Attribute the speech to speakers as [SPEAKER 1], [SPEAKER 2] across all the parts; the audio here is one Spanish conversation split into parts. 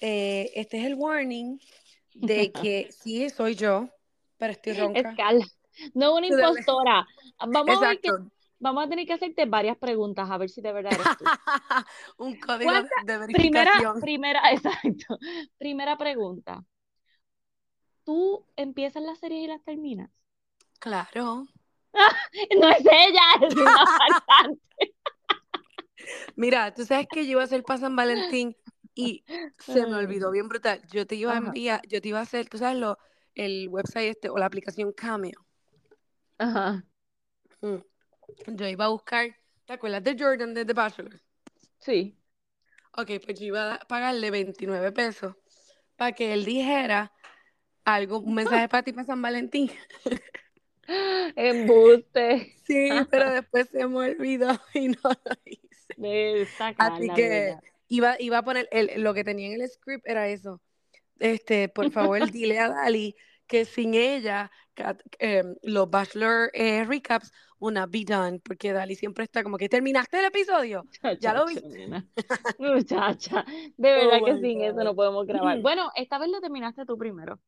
[SPEAKER 1] eh, este es el warning de que sí, soy yo, pero estoy ronca.
[SPEAKER 2] Es Carla. No una
[SPEAKER 1] Tú debes-
[SPEAKER 2] impostora. Vamos a, ver que-
[SPEAKER 1] Exacto.
[SPEAKER 2] vamos a tener que hacerte varias preguntas a ver si de verdad eres tú.
[SPEAKER 1] Un código
[SPEAKER 2] ¿Cuánta-
[SPEAKER 1] de
[SPEAKER 2] primera,
[SPEAKER 1] verificación.
[SPEAKER 2] primera, exacto. Primera pregunta. ¿Tú empiezas las series y las terminas?
[SPEAKER 1] Claro.
[SPEAKER 2] No es ella, es una faltante.
[SPEAKER 1] Mira, tú sabes que yo iba a hacer para San Valentín y se me
[SPEAKER 2] Ay.
[SPEAKER 1] olvidó bien brutal. Yo te iba a
[SPEAKER 2] Mm. Ajá.
[SPEAKER 1] enviar, yo te iba a hacer, tú sabes, lo, el website este o la aplicación Cameo.
[SPEAKER 2] Ajá.
[SPEAKER 1] Yo iba a buscar, ¿te acuerdas de Jordan de The Bachelor?
[SPEAKER 2] Sí.
[SPEAKER 1] Ok, pues yo iba a pagarle 29 pesos para que él dijera algo, un mensaje para ti para San Valentín.
[SPEAKER 2] Embuste.
[SPEAKER 1] Sí, pero después se me olvidó y no lo hice.
[SPEAKER 2] De esta
[SPEAKER 1] Así
[SPEAKER 2] Carla,
[SPEAKER 1] que
[SPEAKER 2] ¿verdad?
[SPEAKER 1] iba, iba a poner, el- lo que tenía en el script era eso. Este, por favor, dile a Dali que sin ella, Kat- em, los Bachelor eh, Recaps, una be done, porque Dali siempre está como que terminaste el episodio. Ya lo
[SPEAKER 2] Chacha,
[SPEAKER 1] viste.
[SPEAKER 2] nena. Muchacha, de verdad
[SPEAKER 1] Oh
[SPEAKER 2] que
[SPEAKER 1] my
[SPEAKER 2] sin eso
[SPEAKER 1] God.
[SPEAKER 2] no podemos grabar.
[SPEAKER 1] Mm.
[SPEAKER 2] Bueno, esta vez lo terminaste tú primero.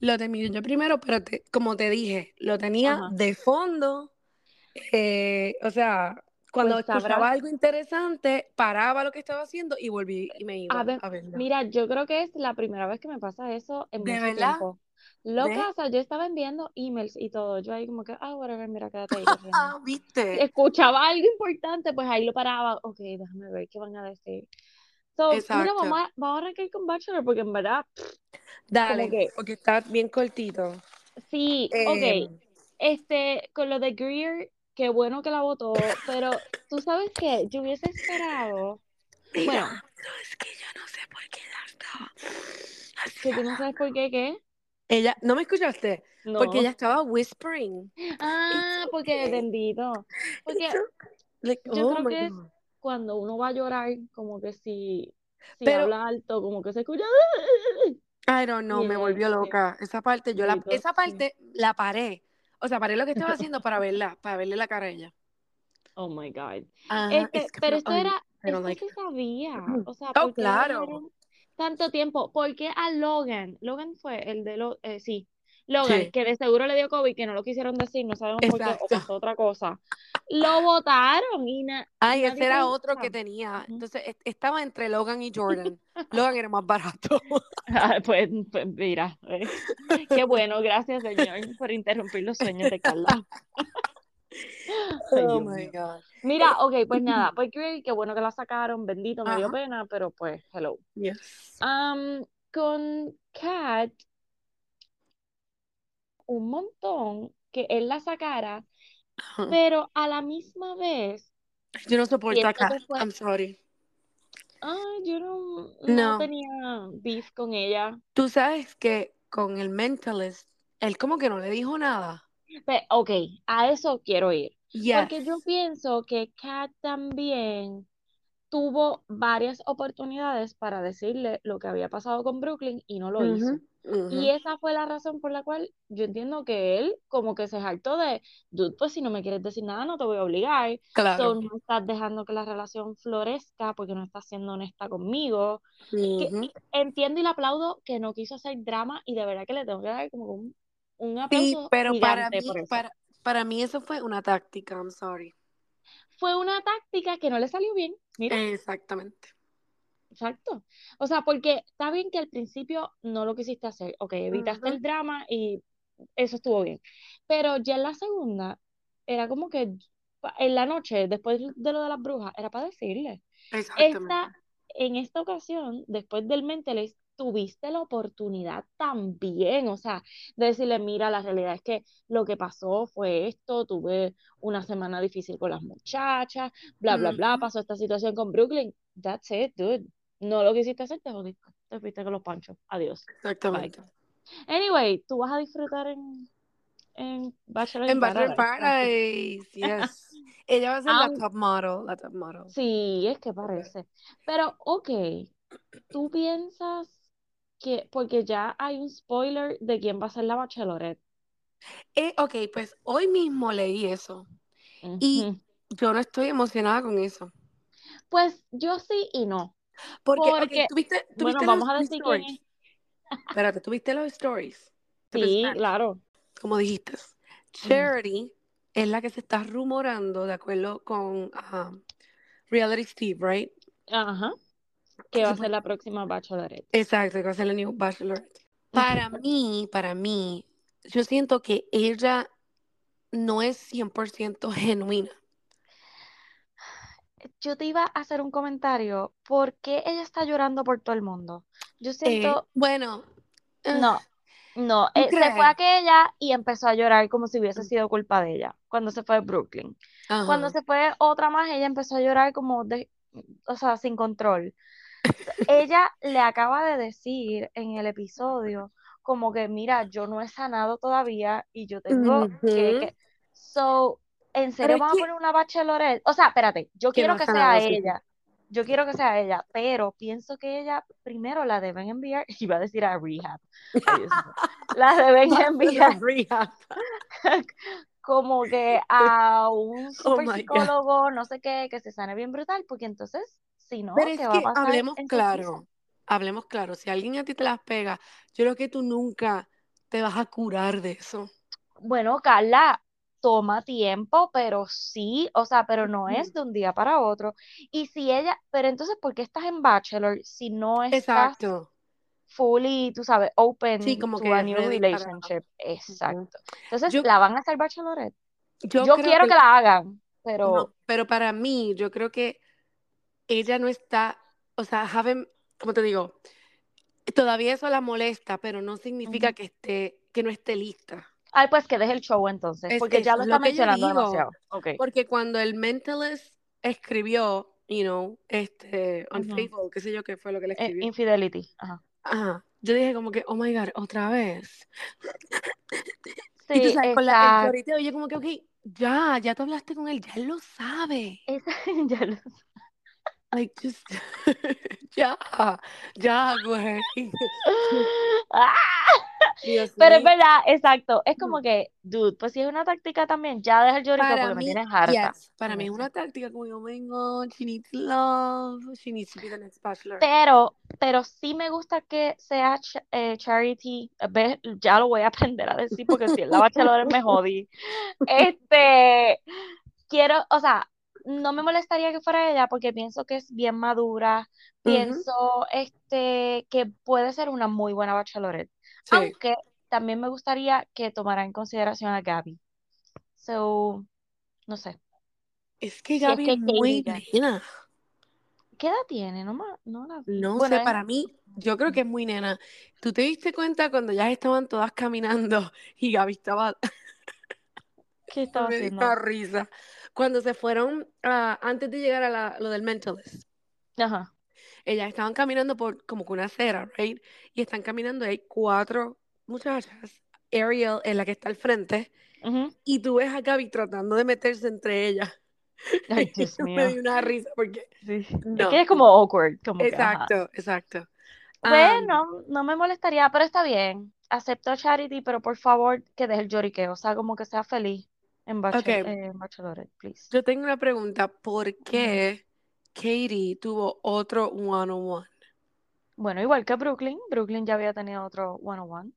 [SPEAKER 1] Lo terminé yo primero, pero te- como te dije, lo tenía
[SPEAKER 2] Ajá.
[SPEAKER 1] de fondo. eh, o sea, cuando
[SPEAKER 2] Pues
[SPEAKER 1] escuchaba
[SPEAKER 2] sabrás.
[SPEAKER 1] algo interesante, paraba lo que estaba haciendo y volví y me iba
[SPEAKER 2] A ver,
[SPEAKER 1] verlo.
[SPEAKER 2] Mira, yo creo que es la primera vez que me pasa eso en
[SPEAKER 1] ¿De
[SPEAKER 2] mucho
[SPEAKER 1] verdad?
[SPEAKER 2] tiempo. Loca, o sea, yo estaba enviando emails y todo. Yo ahí como que, ah, whatever, mira, quédate ahí. corriendo".
[SPEAKER 1] Ah,
[SPEAKER 2] Si
[SPEAKER 1] viste.
[SPEAKER 2] escuchaba algo importante, pues ahí lo paraba. Ok, déjame ver qué van a decir. So, mira,
[SPEAKER 1] Exacto.
[SPEAKER 2] vamos a, vamos a arrancar con Bachelor porque en verdad,
[SPEAKER 1] Dale,
[SPEAKER 2] que-
[SPEAKER 1] porque está bien cortito.
[SPEAKER 2] sí, ok.
[SPEAKER 1] Em,
[SPEAKER 2] Este, con lo de Greer, qué bueno que la votó, pero tú sabes que yo hubiese esperado
[SPEAKER 1] mira,
[SPEAKER 2] bueno.
[SPEAKER 1] no, es que yo no sé por qué ella estaba así.
[SPEAKER 2] que tú no sabes por qué, ¿qué?
[SPEAKER 1] Ella, ¿no me escuchaste?
[SPEAKER 2] No.
[SPEAKER 1] Porque ella estaba whispering.
[SPEAKER 2] Ah,
[SPEAKER 1] It's
[SPEAKER 2] porque
[SPEAKER 1] okay.
[SPEAKER 2] bendito. Porque
[SPEAKER 1] It's o- like,
[SPEAKER 2] yo
[SPEAKER 1] oh
[SPEAKER 2] creo
[SPEAKER 1] my
[SPEAKER 2] que es-
[SPEAKER 1] God.
[SPEAKER 2] cuando uno va a llorar, como que si, si
[SPEAKER 1] Pero-
[SPEAKER 2] habla alto, como que se escucha.
[SPEAKER 1] I don't know, me
[SPEAKER 2] Yeah,
[SPEAKER 1] volvió
[SPEAKER 2] sí.
[SPEAKER 1] loca. Esa parte, yo la,
[SPEAKER 2] Bendito,
[SPEAKER 1] esa
[SPEAKER 2] sí.
[SPEAKER 1] parte la paré. O sea, paré lo que estaba haciendo para verla, para verle la cara a ella.
[SPEAKER 2] Oh my God.
[SPEAKER 1] Ajá,
[SPEAKER 2] Este,
[SPEAKER 1] es que
[SPEAKER 2] pero
[SPEAKER 1] no-
[SPEAKER 2] esto
[SPEAKER 1] ay,
[SPEAKER 2] era,
[SPEAKER 1] I don't
[SPEAKER 2] esto
[SPEAKER 1] like
[SPEAKER 2] se sabía. O sea,
[SPEAKER 1] Oh,
[SPEAKER 2] ¿por qué le
[SPEAKER 1] claro.
[SPEAKER 2] dieron tanto tiempo? ¿Por qué a Logan? Logan fue el de los, sí, Logan,
[SPEAKER 1] Sí.
[SPEAKER 2] que de seguro le dio COVID, que no lo quisieron decir, no sabemos por qué, o
[SPEAKER 1] Exacto.
[SPEAKER 2] pasó otra cosa. Lo votaron y na-
[SPEAKER 1] Ay,
[SPEAKER 2] nadie
[SPEAKER 1] ese era
[SPEAKER 2] pensaba.
[SPEAKER 1] otro que tenía.
[SPEAKER 2] Ujú.
[SPEAKER 1] Entonces, est- estaba entre Logan y Jordan. Logan era más barato.
[SPEAKER 2] Ah, pues, pues, mira, eh. Qué bueno, gracias señor por interrumpir los sueños de Carla. Ay,
[SPEAKER 1] Oh
[SPEAKER 2] Dios
[SPEAKER 1] my
[SPEAKER 2] mío.
[SPEAKER 1] God.
[SPEAKER 2] Mira, ok, pues nada, pues Grey, qué bueno que la sacaron, bendito, me dio
[SPEAKER 1] Ajá.
[SPEAKER 2] pena, pero pues, hello.
[SPEAKER 1] Yes.
[SPEAKER 2] Am, con Kat, un montón que él la sacara,
[SPEAKER 1] Ajá.
[SPEAKER 2] pero a la misma vez,
[SPEAKER 1] Yo no soporto
[SPEAKER 2] siento
[SPEAKER 1] acá.
[SPEAKER 2] que fue-
[SPEAKER 1] I'm sorry.
[SPEAKER 2] ay, yo no, no
[SPEAKER 1] No.
[SPEAKER 2] tenía beef con ella.
[SPEAKER 1] Tú sabes que con el mentalist, él como que no le dijo nada.
[SPEAKER 2] Pe- ok, a eso quiero ir.
[SPEAKER 1] Yes.
[SPEAKER 2] Porque yo pienso que Kat también tuvo varias oportunidades para decirle lo que había pasado con Brooklyn y no lo hizo.
[SPEAKER 1] Ujú, ujú.
[SPEAKER 2] Y esa fue la razón por la cual yo entiendo que él como que se hartó de, dude, pues si no me quieres decir nada, no te voy a obligar. So,
[SPEAKER 1] Claro.
[SPEAKER 2] no estás dejando que la relación florezca porque no estás siendo honesta conmigo. Que
[SPEAKER 1] Ujú.
[SPEAKER 2] entiendo y le aplaudo que no quiso hacer drama y de verdad que le tengo que dar como un, un
[SPEAKER 1] Sí,
[SPEAKER 2] aplauso
[SPEAKER 1] pero para
[SPEAKER 2] gigante
[SPEAKER 1] mí,
[SPEAKER 2] por eso.
[SPEAKER 1] para, para mí eso fue una táctica. I'm sorry.
[SPEAKER 2] Fue una táctica que no le salió bien. Mira.
[SPEAKER 1] Exactamente.
[SPEAKER 2] Exacto. O sea, porque está bien que al principio no lo quisiste hacer. Ok, evitaste
[SPEAKER 1] Ujú.
[SPEAKER 2] el drama y eso estuvo bien. Pero ya en la segunda, era como que pa- en la noche, después de lo de las brujas, era para decirle.
[SPEAKER 1] Exactamente.
[SPEAKER 2] Esta, en esta ocasión, después del Mentalist, tuviste la oportunidad también, o sea, de decirle, mira, la realidad es que lo que pasó fue esto, tuve una semana difícil con las muchachas, bla, bla, bla,
[SPEAKER 1] Ujú.
[SPEAKER 2] pasó esta situación con Brooklyn, that's it, dude. No lo quisiste hacer, te jodiste, te fuiste con los panchos, adiós.
[SPEAKER 1] Exactamente.
[SPEAKER 2] Anyway, tú vas a disfrutar en, en Bachelor
[SPEAKER 1] En
[SPEAKER 2] in
[SPEAKER 1] Bachelor in
[SPEAKER 2] Paradise. así
[SPEAKER 1] Paradise,
[SPEAKER 2] que-
[SPEAKER 1] yes. Ella va a ser la
[SPEAKER 2] Aun-
[SPEAKER 1] top model, la top model.
[SPEAKER 2] Sí, es que parece. Pero, ok, ¿tú piensas que, porque ya hay un spoiler de quién va a ser la Bachelorette?
[SPEAKER 1] Eh, ok, pues hoy mismo leí eso y
[SPEAKER 2] Ujú.
[SPEAKER 1] yo no estoy emocionada con eso.
[SPEAKER 2] Pues yo sí y no.
[SPEAKER 1] Porque, ok,
[SPEAKER 2] Porque-
[SPEAKER 1] ¿tuviste, tuviste
[SPEAKER 2] Bueno,
[SPEAKER 1] los-
[SPEAKER 2] vamos a
[SPEAKER 1] los
[SPEAKER 2] decir quién
[SPEAKER 1] stories? Espérate, ¿tuviste los stories? Te
[SPEAKER 2] Sí,
[SPEAKER 1] presentaron,
[SPEAKER 2] claro.
[SPEAKER 1] Como dijiste. Charity es la que se está rumorando, de acuerdo con ajá, Reality Steve, ¿right?
[SPEAKER 2] Ajá. Que va a
[SPEAKER 1] Supu-
[SPEAKER 2] ser la próxima Bachelorette.
[SPEAKER 1] Exacto, que va a ser la New Bachelorette. Para mí, para mí, yo siento que ella no es 100% genuina.
[SPEAKER 2] Yo te iba a hacer un comentario. ¿Por qué ella está llorando por todo el mundo? Yo
[SPEAKER 1] Eh,
[SPEAKER 2] siento,
[SPEAKER 1] bueno, eh,
[SPEAKER 2] no, no,
[SPEAKER 1] ¿tú
[SPEAKER 2] eh, se
[SPEAKER 1] crees?
[SPEAKER 2] fue aquella y empezó a llorar como si hubiese sido culpa de ella cuando se fue de Brooklyn.
[SPEAKER 1] ajá.
[SPEAKER 2] Cuando se fue otra más, ella empezó a llorar como de, o sea, sin control. Ella le acaba de decir en el episodio como que, mira, yo no he sanado todavía y yo tengo que,
[SPEAKER 1] Ujú.
[SPEAKER 2] que... So, ¿en
[SPEAKER 1] Pero
[SPEAKER 2] serio
[SPEAKER 1] es
[SPEAKER 2] van a
[SPEAKER 1] que-
[SPEAKER 2] poner una bachelorette? O sea, espérate, yo
[SPEAKER 1] Que
[SPEAKER 2] quiero
[SPEAKER 1] no ha
[SPEAKER 2] que
[SPEAKER 1] sanado,
[SPEAKER 2] sea
[SPEAKER 1] sí, sí.
[SPEAKER 2] ella, yo quiero que sea ella, pero pienso que ella primero la deben enviar, iba a decir a rehab, ay, Dios mío. la deben enviar como que a un
[SPEAKER 1] Oh
[SPEAKER 2] super
[SPEAKER 1] my God.
[SPEAKER 2] psicólogo, no sé qué, que se sane bien brutal, porque entonces, si no,
[SPEAKER 1] Pero
[SPEAKER 2] ¿qué
[SPEAKER 1] es
[SPEAKER 2] va a
[SPEAKER 1] que
[SPEAKER 2] pasar
[SPEAKER 1] hablemos
[SPEAKER 2] en su piso?
[SPEAKER 1] claro, hablemos claro. Si alguien a ti te las pega, yo creo que tú nunca te vas a curar de eso.
[SPEAKER 2] Bueno, Carla, toma tiempo, pero sí, o sea, pero no es de un día para otro. Y si ella, pero entonces, ¿por qué estás en Bachelor si no estás
[SPEAKER 1] Exacto.
[SPEAKER 2] fully, tú sabes,
[SPEAKER 1] Sí,
[SPEAKER 2] open
[SPEAKER 1] como
[SPEAKER 2] to a
[SPEAKER 1] que
[SPEAKER 2] new
[SPEAKER 1] ready para...
[SPEAKER 2] relationship? Exacto. Entonces,
[SPEAKER 1] Yo,
[SPEAKER 2] ¿la van a hacer Bachelorette?
[SPEAKER 1] yo
[SPEAKER 2] Yo
[SPEAKER 1] creo
[SPEAKER 2] quiero
[SPEAKER 1] que...
[SPEAKER 2] que la hagan,
[SPEAKER 1] No,
[SPEAKER 2] pero
[SPEAKER 1] pero para mí, yo creo que ella no está... O sea, haven't... Como te digo, todavía eso la molesta, pero no significa
[SPEAKER 2] ujú.
[SPEAKER 1] que esté, que no esté lista.
[SPEAKER 2] Ay, pues que deje el show entonces,
[SPEAKER 1] Es,
[SPEAKER 2] porque ya
[SPEAKER 1] eso
[SPEAKER 2] lo
[SPEAKER 1] es
[SPEAKER 2] está
[SPEAKER 1] lo que yo
[SPEAKER 2] mencionando
[SPEAKER 1] digo.
[SPEAKER 2] demasiado. Ok.
[SPEAKER 1] Porque cuando el mentalist escribió, you know, este,
[SPEAKER 2] Ujú.
[SPEAKER 1] Unfaithful, qué sé yo qué fue lo que le
[SPEAKER 2] Eh,
[SPEAKER 1] escribió.
[SPEAKER 2] infidelity. Ajá.
[SPEAKER 1] Ajá. Yo dije como que, oh my God, otra vez. Y tú
[SPEAKER 2] Sí,
[SPEAKER 1] sabes, con la, el
[SPEAKER 2] exacto.
[SPEAKER 1] lloriteo, yo como que, ok, ya, ya tú hablaste con él, ya él lo sabe.
[SPEAKER 2] ya lo-
[SPEAKER 1] Like, just, ya, ya, güey.
[SPEAKER 2] ¡Ah!
[SPEAKER 1] Dios
[SPEAKER 2] Pero es
[SPEAKER 1] mío.
[SPEAKER 2] verdad, exacto. Es como que, dude, pues si es una táctica también, ya deja el lloriqueo
[SPEAKER 1] Mm. Para
[SPEAKER 2] porque me
[SPEAKER 1] mí,
[SPEAKER 2] tienes harta
[SPEAKER 1] yes, para
[SPEAKER 2] con
[SPEAKER 1] mí es
[SPEAKER 2] eso.
[SPEAKER 1] una táctica como, oh my God, she needs love, she needs to be the next bachelor.
[SPEAKER 2] Pero, pero sí me gusta que sea Ch- eh, Charity. Ve, Ya lo voy a aprender a decir porque si es la bachelor me jodí. Este, quiero, o sea, no me molestaría que fuera ella porque pienso que es bien madura,
[SPEAKER 1] Ujú,
[SPEAKER 2] pienso, este, que puede ser una muy buena bachelorette,
[SPEAKER 1] Sí.
[SPEAKER 2] aunque también me gustaría que tomara en consideración a Gaby. So, no sé,
[SPEAKER 1] Es que
[SPEAKER 2] si es
[SPEAKER 1] Gaby es
[SPEAKER 2] que Katie
[SPEAKER 1] muy
[SPEAKER 2] ya.
[SPEAKER 1] nena.
[SPEAKER 2] ¿Qué edad tiene? No, ma- no la vi.
[SPEAKER 1] No
[SPEAKER 2] Bueno,
[SPEAKER 1] sé,
[SPEAKER 2] es...
[SPEAKER 1] para mí, yo creo que es muy nena. ¿Tú te diste cuenta cuando ya estaban todas caminando y Gaby estaba,
[SPEAKER 2] ¿Qué estaba
[SPEAKER 1] me dio
[SPEAKER 2] haciendo?
[SPEAKER 1] risa, cuando se fueron, ah, antes de llegar a la- lo del mentalist?
[SPEAKER 2] Ajá.
[SPEAKER 1] Ellas estaban caminando por como que una acera, right? Y están caminando, y hay cuatro muchachas. Ariel es la que está al frente.
[SPEAKER 2] Ujú.
[SPEAKER 1] Y tú ves a Gaby tratando de meterse entre ellas.
[SPEAKER 2] Ay, Dios
[SPEAKER 1] Yo me
[SPEAKER 2] mío.
[SPEAKER 1] dio una risa porque...
[SPEAKER 2] Sí. Es que
[SPEAKER 1] No,
[SPEAKER 2] es como awkward, como que, ajá.
[SPEAKER 1] exacto, Um, exacto. Am,
[SPEAKER 2] Bueno, no me molestaría, pero está bien. Acepto a Charity, pero por favor que deje el lloriqueo, o sea, como que sea feliz en Bachel
[SPEAKER 1] ok,
[SPEAKER 2] eh, en Bachelorette, please.
[SPEAKER 1] yo tengo una pregunta. ¿Por
[SPEAKER 2] Ujú.
[SPEAKER 1] qué Katie tuvo otro one-on-one?
[SPEAKER 2] Bueno, igual que Brooklyn, Brooklyn ya había tenido otro one-on-one.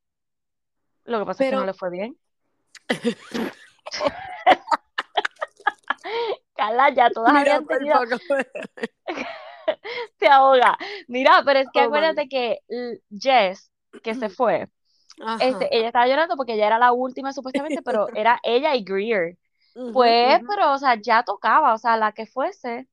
[SPEAKER 2] Lo que pasa es que no
[SPEAKER 1] Pero,
[SPEAKER 2] le fue bien. Carla, ya todas
[SPEAKER 1] mira,
[SPEAKER 2] habían
[SPEAKER 1] por
[SPEAKER 2] tenido,
[SPEAKER 1] poco.
[SPEAKER 2] se ahoga. Mira, pero es que
[SPEAKER 1] Oh my.
[SPEAKER 2] acuérdate que l- Jess, que se fue,
[SPEAKER 1] Ajá.
[SPEAKER 2] este, ella estaba llorando porque ella era la última supuestamente, pero era ella y Greer.
[SPEAKER 1] Ujú,
[SPEAKER 2] Pues,
[SPEAKER 1] ujú.
[SPEAKER 2] pero, o sea, ya tocaba, o sea, la que fuese.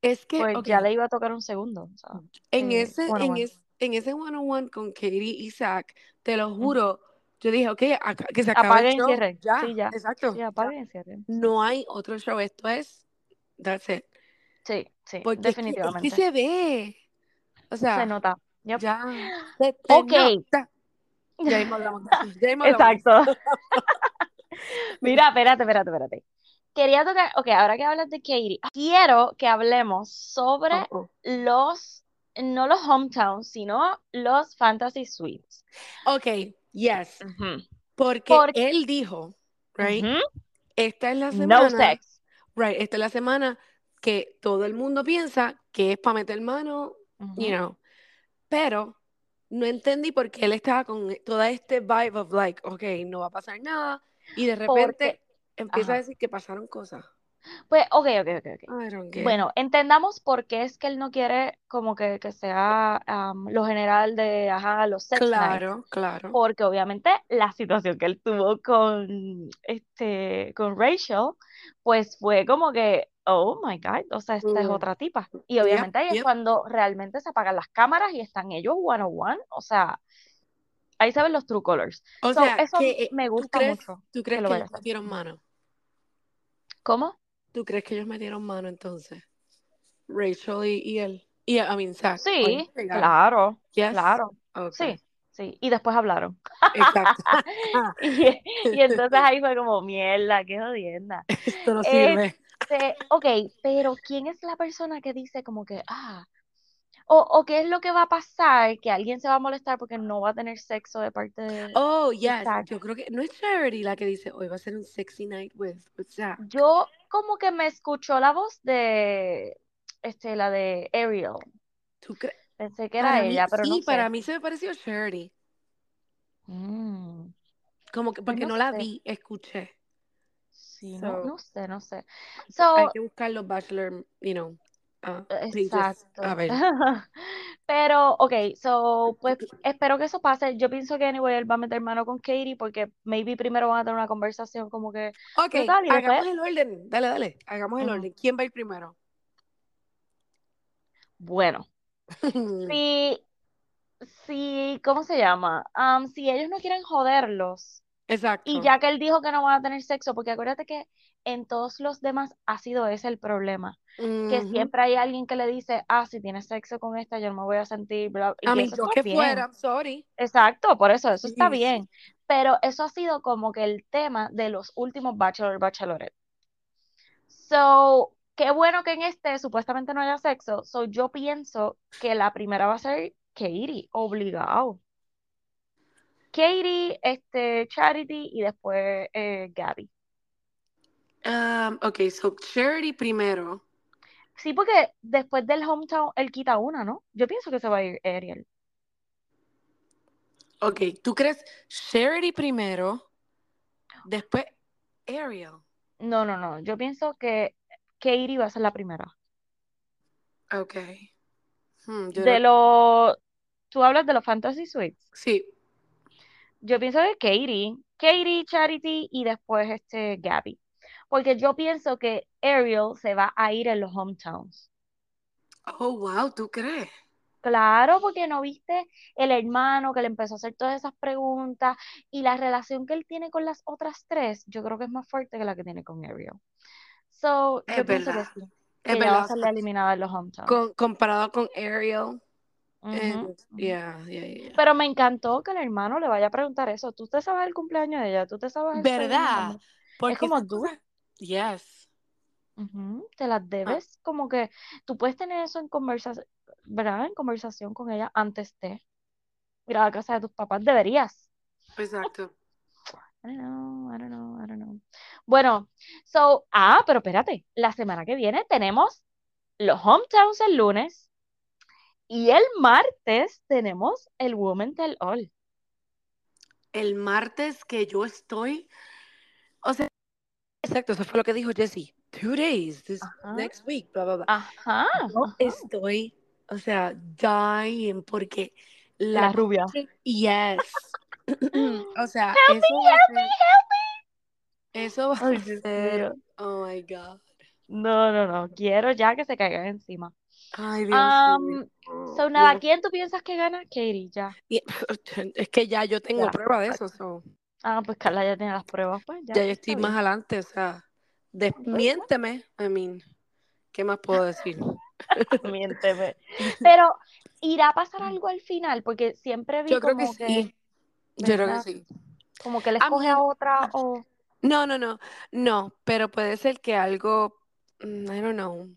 [SPEAKER 1] Es que,
[SPEAKER 2] pues
[SPEAKER 1] ok,
[SPEAKER 2] ya le iba a tocar un segundo. O sea,
[SPEAKER 1] en
[SPEAKER 2] eh,
[SPEAKER 1] ese,
[SPEAKER 2] bueno,
[SPEAKER 1] en
[SPEAKER 2] bueno.
[SPEAKER 1] es- en ese one-on-one con Katie y Zach, te lo
[SPEAKER 2] Ujú.
[SPEAKER 1] juro, yo dije, ok, acá- que se acaba el
[SPEAKER 2] Apaguen y
[SPEAKER 1] show,
[SPEAKER 2] cierren. Sí,
[SPEAKER 1] ya,
[SPEAKER 2] ya. ¿eh? Sí,
[SPEAKER 1] exacto, ya.
[SPEAKER 2] apaguen y cierren. Sí,
[SPEAKER 1] No hay otro show, esto es, that's it.
[SPEAKER 2] sí, sí,
[SPEAKER 1] Porque es que, es que
[SPEAKER 2] Eh, definitivamente.
[SPEAKER 1] se ve, o
[SPEAKER 2] Se
[SPEAKER 1] sea,
[SPEAKER 2] nota. Yep.
[SPEAKER 1] ya, se te
[SPEAKER 2] Ok.
[SPEAKER 1] nota. Ya mismo hablamos de eso, ya mismo hablamos de eso.
[SPEAKER 2] Exacto. Mira, espérate, espérate, espérate. Quería tocar, ok, ahora que hablas de Katie, quiero que hablemos sobre
[SPEAKER 1] Uh-uh.
[SPEAKER 2] los, no los hometowns, sino los fantasy suites.
[SPEAKER 1] Ok, yes,
[SPEAKER 2] Ujú.
[SPEAKER 1] porque
[SPEAKER 2] Por,
[SPEAKER 1] él dijo, right,
[SPEAKER 2] ujú,
[SPEAKER 1] esta es la
[SPEAKER 2] No
[SPEAKER 1] semana,
[SPEAKER 2] sex.
[SPEAKER 1] right, esta es la semana que todo el mundo piensa que es para meter mano,
[SPEAKER 2] Ujú.
[SPEAKER 1] you know. Pero no entendí por qué él estaba con toda este vibe of like, ok, no va a pasar nada. Y de repente empieza a
[SPEAKER 2] Ajá.
[SPEAKER 1] decir que pasaron cosas.
[SPEAKER 2] Pues, ok, ok, ok, ok.
[SPEAKER 1] I don't get it.
[SPEAKER 2] Bueno, entendamos por qué es que él no quiere como que, que sea am, lo general de, ajá, los sex nights.
[SPEAKER 1] Claro, claro.
[SPEAKER 2] Porque obviamente la situación que él tuvo con, este, con Rachel, pues fue como que, oh my God, o sea, esta es
[SPEAKER 1] Mm,
[SPEAKER 2] otra tipa. Y
[SPEAKER 1] Yep,
[SPEAKER 2] obviamente ahí es
[SPEAKER 1] yep.
[SPEAKER 2] cuando realmente se apagan las cámaras y están ellos one on one, o sea, ahí se ven los true colors.
[SPEAKER 1] O
[SPEAKER 2] So,
[SPEAKER 1] sea,
[SPEAKER 2] eso
[SPEAKER 1] que eh,
[SPEAKER 2] me
[SPEAKER 1] tú
[SPEAKER 2] gusta
[SPEAKER 1] crees,
[SPEAKER 2] mucho
[SPEAKER 1] tú
[SPEAKER 2] que
[SPEAKER 1] crees
[SPEAKER 2] lo
[SPEAKER 1] que
[SPEAKER 2] vaya a
[SPEAKER 1] ellos
[SPEAKER 2] hacer.
[SPEAKER 1] metieron mano.
[SPEAKER 2] ¿Cómo?
[SPEAKER 1] ¿Tú crees que ellos metieron mano entonces? Rachel y, y él. Y I mean, Zach, ahí
[SPEAKER 2] Sí,
[SPEAKER 1] pegaron.
[SPEAKER 2] claro,
[SPEAKER 1] Yes.
[SPEAKER 2] claro,
[SPEAKER 1] Okay.
[SPEAKER 2] sí, sí. Y después hablaron.
[SPEAKER 1] Exacto.
[SPEAKER 2] Y, y entonces ahí fue como, mierda, qué jodienda.
[SPEAKER 1] Esto no sirve.
[SPEAKER 2] Este, ok, pero ¿quién es la persona que dice como que, ah, o, o qué es lo que va a pasar, que alguien se va a molestar porque no va a tener sexo de parte de,
[SPEAKER 1] Oh,
[SPEAKER 2] de
[SPEAKER 1] yes.
[SPEAKER 2] Zack?
[SPEAKER 1] Yo creo que no es Charity la que dice hoy va a ser un sexy night with, with Zach.
[SPEAKER 2] Yo como que me escuchó la voz de, este, la de Ariel.
[SPEAKER 1] ¿Tú crees?
[SPEAKER 2] Pensé que era
[SPEAKER 1] Para mí,
[SPEAKER 2] ella, pero no
[SPEAKER 1] sí, para
[SPEAKER 2] sé.
[SPEAKER 1] mí se me pareció Charity.
[SPEAKER 2] Mm,
[SPEAKER 1] Como que
[SPEAKER 2] pues
[SPEAKER 1] porque
[SPEAKER 2] no
[SPEAKER 1] no la
[SPEAKER 2] sé.
[SPEAKER 1] vi, escuché.
[SPEAKER 2] Sí, no,
[SPEAKER 1] So,
[SPEAKER 2] no sé, no sé.
[SPEAKER 1] hay
[SPEAKER 2] So,
[SPEAKER 1] que buscar los Bachelor, you know, ah, pages. A
[SPEAKER 2] Exacto.
[SPEAKER 1] ver.
[SPEAKER 2] Pero, ok, so, pues espero que eso pase. Yo pienso que anyway él va a meter mano con Katie porque maybe primero van a tener una conversación como que
[SPEAKER 1] Ok,
[SPEAKER 2] brutal y después,
[SPEAKER 1] hagamos el orden. Dale, dale. Hagamos el
[SPEAKER 2] ujú,
[SPEAKER 1] orden. ¿Quién va a ir primero?
[SPEAKER 2] bueno, si, si, ¿cómo se llama? Am, si ellos no quieren joderlos y
[SPEAKER 1] Exacto.
[SPEAKER 2] ya que él dijo que no van a tener sexo, porque acuérdate que en todos los demás ha sido ese el problema, que
[SPEAKER 1] Ujú.
[SPEAKER 2] siempre hay alguien que le dice, ah, si tienes sexo con esta, yo no me voy a sentir, bla,
[SPEAKER 1] A
[SPEAKER 2] y
[SPEAKER 1] mí,
[SPEAKER 2] eso
[SPEAKER 1] yo
[SPEAKER 2] está
[SPEAKER 1] que
[SPEAKER 2] bien.
[SPEAKER 1] fuera, sorry.
[SPEAKER 2] Exacto, por eso, eso está
[SPEAKER 1] Please.
[SPEAKER 2] bien. Pero eso ha sido como que el tema de los últimos Bachelor, Bachelorette. So, qué bueno que en este supuestamente no haya sexo. So, yo pienso que la primera va a ser Katie, obligado. Katie, este, Charity y después eh, Gabby.
[SPEAKER 1] Um, ok, so Charity primero.
[SPEAKER 2] Sí, porque después del hometown él quita una, ¿no? Yo pienso que se va a ir Ariel.
[SPEAKER 1] Ok, ¿tú crees Charity primero, después Ariel?
[SPEAKER 2] No, no, no. Yo pienso que Katie va a ser la primera.
[SPEAKER 1] Ok. Hmm, yo
[SPEAKER 2] De
[SPEAKER 1] creo-
[SPEAKER 2] los. Tú hablas de los Fantasy Suites.
[SPEAKER 1] Sí,
[SPEAKER 2] Yo pienso que Katie, Katie, Charity y después este Gabby. Porque yo pienso que Ariel se va a ir en los hometowns.
[SPEAKER 1] Oh, wow, ¿tú crees?
[SPEAKER 2] Claro, porque no viste el hermano que le empezó a hacer todas esas preguntas y la relación que él tiene con las otras tres, yo creo que es más fuerte que la que tiene con Ariel. So,
[SPEAKER 1] Es
[SPEAKER 2] yo pienso que
[SPEAKER 1] verdad,
[SPEAKER 2] sí,
[SPEAKER 1] es
[SPEAKER 2] que ella va a
[SPEAKER 1] verdad. o
[SPEAKER 2] ser
[SPEAKER 1] sea,
[SPEAKER 2] la eliminada en los hometowns.
[SPEAKER 1] con- comparado con Ariel,
[SPEAKER 2] Ujú,
[SPEAKER 1] and
[SPEAKER 2] ujú.
[SPEAKER 1] yeah, yeah, yeah. yeah.
[SPEAKER 2] Pero me encantó que el hermano le vaya a preguntar eso. ¿Tú te sabes el cumpleaños de ella? ¿Tú te sabes el
[SPEAKER 1] ¿Verdad?
[SPEAKER 2] segundo? Es
[SPEAKER 1] Porque
[SPEAKER 2] como,
[SPEAKER 1] esas
[SPEAKER 2] dude.
[SPEAKER 1] cosas, yes.
[SPEAKER 2] Ujú, Te las
[SPEAKER 1] Ah,
[SPEAKER 2] debes, como que tú puedes tener eso en conversación, ¿verdad? En conversación con ella antes de ir a la casa de tus papás. Deberías.
[SPEAKER 1] exacto.
[SPEAKER 2] I don't know, I don't know, I don't know. Bueno, so, ah, pero espérate, la semana que viene tenemos los hometowns el lunes y el martes tenemos el Women Tell All.
[SPEAKER 1] El martes que yo estoy, o sea, exacto, eso fue lo que dijo Jesse. Two days, this
[SPEAKER 2] Ajá,
[SPEAKER 1] next week, bla, bla, bla.
[SPEAKER 2] ajá,
[SPEAKER 1] Yo
[SPEAKER 2] ajá.
[SPEAKER 1] estoy, o sea, dying porque la
[SPEAKER 2] La rubia.
[SPEAKER 1] country, yes. O sea,
[SPEAKER 2] Help me,
[SPEAKER 1] eso va a ser, eso
[SPEAKER 2] help me, help me.
[SPEAKER 1] va
[SPEAKER 2] Ay,
[SPEAKER 1] a
[SPEAKER 2] Dios
[SPEAKER 1] ser,
[SPEAKER 2] mío.
[SPEAKER 1] oh my God.
[SPEAKER 2] No, no, no, quiero ya que se caigan encima.
[SPEAKER 1] Ay, Dios mío.
[SPEAKER 2] Um, so nada,
[SPEAKER 1] Dios.
[SPEAKER 2] ¿quién tú piensas que gana? Katie, ya,
[SPEAKER 1] Y- Es que ya yo tengo
[SPEAKER 2] ya.
[SPEAKER 1] prueba de eso, so,
[SPEAKER 2] Ah, pues Carla ya tiene las pruebas, pues ya,
[SPEAKER 1] ya yo estoy
[SPEAKER 2] está
[SPEAKER 1] más
[SPEAKER 2] bien.
[SPEAKER 1] adelante, o sea,
[SPEAKER 2] Pues ya,
[SPEAKER 1] desmiénteme, I mean, ¿qué más puedo decir?
[SPEAKER 2] miénteme. Pero, ¿irá a pasar algo al final? Porque siempre vi
[SPEAKER 1] Mm. Yo creo que
[SPEAKER 2] como que,
[SPEAKER 1] sí, yo creo que
[SPEAKER 2] ¿verdad?
[SPEAKER 1] sí.
[SPEAKER 2] Como que él
[SPEAKER 1] I
[SPEAKER 2] escoge a
[SPEAKER 1] mean,
[SPEAKER 2] otra o...
[SPEAKER 1] no, no, no, no, pero puede ser que algo, mm, I don't know,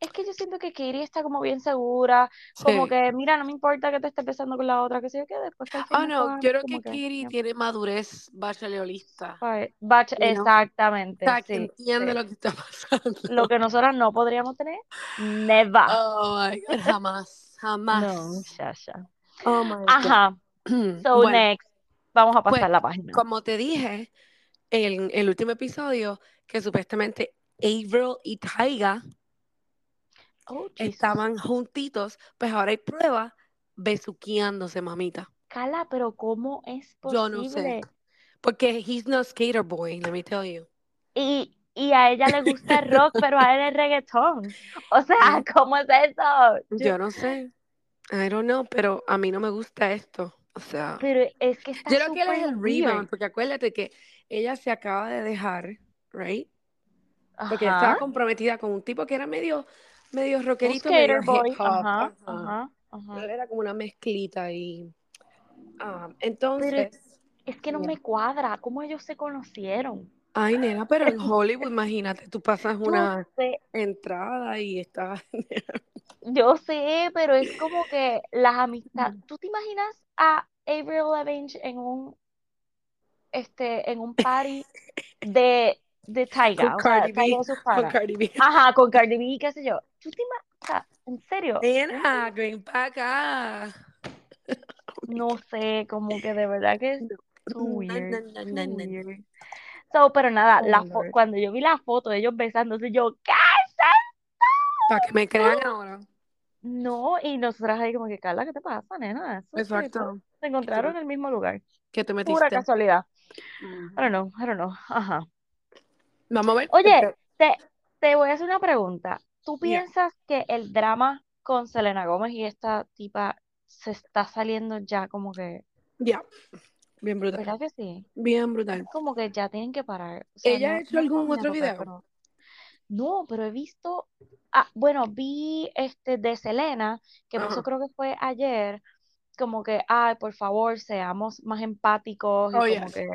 [SPEAKER 2] Es que yo siento que Katie está como bien segura, como
[SPEAKER 1] sí.
[SPEAKER 2] que, mira, no me importa que te estés besando con la otra, que sé yo qué, después que al
[SPEAKER 1] Oh,
[SPEAKER 2] final
[SPEAKER 1] no,
[SPEAKER 2] cojan,
[SPEAKER 1] yo creo
[SPEAKER 2] como
[SPEAKER 1] que
[SPEAKER 2] que...
[SPEAKER 1] Kiri
[SPEAKER 2] ya,
[SPEAKER 1] tiene madurez bachelorista,
[SPEAKER 2] pa- bach-
[SPEAKER 1] you know, o
[SPEAKER 2] Exactamente,
[SPEAKER 1] sea, que
[SPEAKER 2] sí,
[SPEAKER 1] entiende
[SPEAKER 2] sí.
[SPEAKER 1] lo que está pasando.
[SPEAKER 2] Lo que nosotras no podríamos tener, never.
[SPEAKER 1] Oh my God, jamás. jamás.
[SPEAKER 2] Ah. No, Shasha.
[SPEAKER 1] Oh my God.
[SPEAKER 2] Ajá. So
[SPEAKER 1] Bueno,
[SPEAKER 2] next, vamos a pasar
[SPEAKER 1] Pues,
[SPEAKER 2] la página.
[SPEAKER 1] como te dije en el último episodio, que supuestamente Avril y Taiga
[SPEAKER 2] Oh, Jesus.
[SPEAKER 1] estaban juntitos, pues ahora hay pruebas besuqueándose, mamita.
[SPEAKER 2] Cala, pero ¿cómo es
[SPEAKER 1] Yo no sé.
[SPEAKER 2] posible?
[SPEAKER 1] Porque he's no skater boy, let me tell you.
[SPEAKER 2] Y, y a ella le gusta el rock, pero a él el reggaetón. O sea,
[SPEAKER 1] No.
[SPEAKER 2] ¿cómo es eso? Yo-
[SPEAKER 1] Yo no sé. I don't know, pero a mí no me gusta esto. O sea,
[SPEAKER 2] pero es que está
[SPEAKER 1] yo creo que él es
[SPEAKER 2] súper
[SPEAKER 1] el
[SPEAKER 2] weird.
[SPEAKER 1] rebound, porque acuérdate que ella se acaba de dejar, right? Porque ella
[SPEAKER 2] Ajá.
[SPEAKER 1] estaba comprometida con un tipo que era medio, medio
[SPEAKER 2] Un
[SPEAKER 1] rockerito, medio
[SPEAKER 2] skater boy.
[SPEAKER 1] hip hop.
[SPEAKER 2] Ajá,
[SPEAKER 1] ajá.
[SPEAKER 2] ajá, ajá.
[SPEAKER 1] Pero era como una mezclita ahí. Ah, entonces,
[SPEAKER 2] Es que no
[SPEAKER 1] Ya.
[SPEAKER 2] me cuadra cómo ellos se conocieron.
[SPEAKER 1] ay, nena, pero en Hollywood, imagínate, tú pasas
[SPEAKER 2] Yo
[SPEAKER 1] una
[SPEAKER 2] sé,
[SPEAKER 1] entrada y estás.
[SPEAKER 2] yo sé, pero es como que las amistades. ¿Tú te imaginas a Avril Lavigne en un este en un party de de
[SPEAKER 1] Con
[SPEAKER 2] Tyga, o sea,
[SPEAKER 1] Cardi B,
[SPEAKER 2] Tyga y sus
[SPEAKER 1] con
[SPEAKER 2] panas?
[SPEAKER 1] Cardi B.
[SPEAKER 2] Ajá, con Cardi B, qué sé yo. ¿Tú te ima- o sea, en serio?
[SPEAKER 1] Eh, Nena, ven para acá.
[SPEAKER 2] No sé, como que de verdad que es too
[SPEAKER 1] Na,
[SPEAKER 2] weird,
[SPEAKER 1] na, na,
[SPEAKER 2] too
[SPEAKER 1] na, na, na.
[SPEAKER 2] weird. So, pero nada,
[SPEAKER 1] Oh,
[SPEAKER 2] la fo-
[SPEAKER 1] Lord.
[SPEAKER 2] cuando yo vi la foto de ellos besándose, yo, ¿qué?
[SPEAKER 1] Para que me crean ahora.
[SPEAKER 2] No, y nosotras ahí como que, Carla, ¿qué te pasa, nena? Eso es que
[SPEAKER 1] Exacto.
[SPEAKER 2] se encontraron en el mismo lugar.
[SPEAKER 1] Que te
[SPEAKER 2] Pura
[SPEAKER 1] metiste.
[SPEAKER 2] casualidad. I
[SPEAKER 1] Ujú.
[SPEAKER 2] don't know, I don't know. Ajá.
[SPEAKER 1] Vamos a ver.
[SPEAKER 2] Oye, te, te voy a hacer una pregunta. ¿Tú
[SPEAKER 1] Ya.
[SPEAKER 2] piensas que el drama con Selena Gómez y esta tipa se está saliendo ya como que,
[SPEAKER 1] Ya. Bien brutal.
[SPEAKER 2] ¿verdad que sí?
[SPEAKER 1] Bien brutal.
[SPEAKER 2] Como que ya tienen que parar. O sea,
[SPEAKER 1] ¿Ella ha
[SPEAKER 2] no,
[SPEAKER 1] hecho
[SPEAKER 2] no
[SPEAKER 1] algún
[SPEAKER 2] vamos a
[SPEAKER 1] otro
[SPEAKER 2] tocar,
[SPEAKER 1] video?
[SPEAKER 2] pero no, pero he visto, ah, bueno, vi este de Selena, que
[SPEAKER 1] Ajá.
[SPEAKER 2] pasó creo que fue ayer, como que, ay, por favor, seamos más empáticos y
[SPEAKER 1] Oh,
[SPEAKER 2] como
[SPEAKER 1] yes.
[SPEAKER 2] que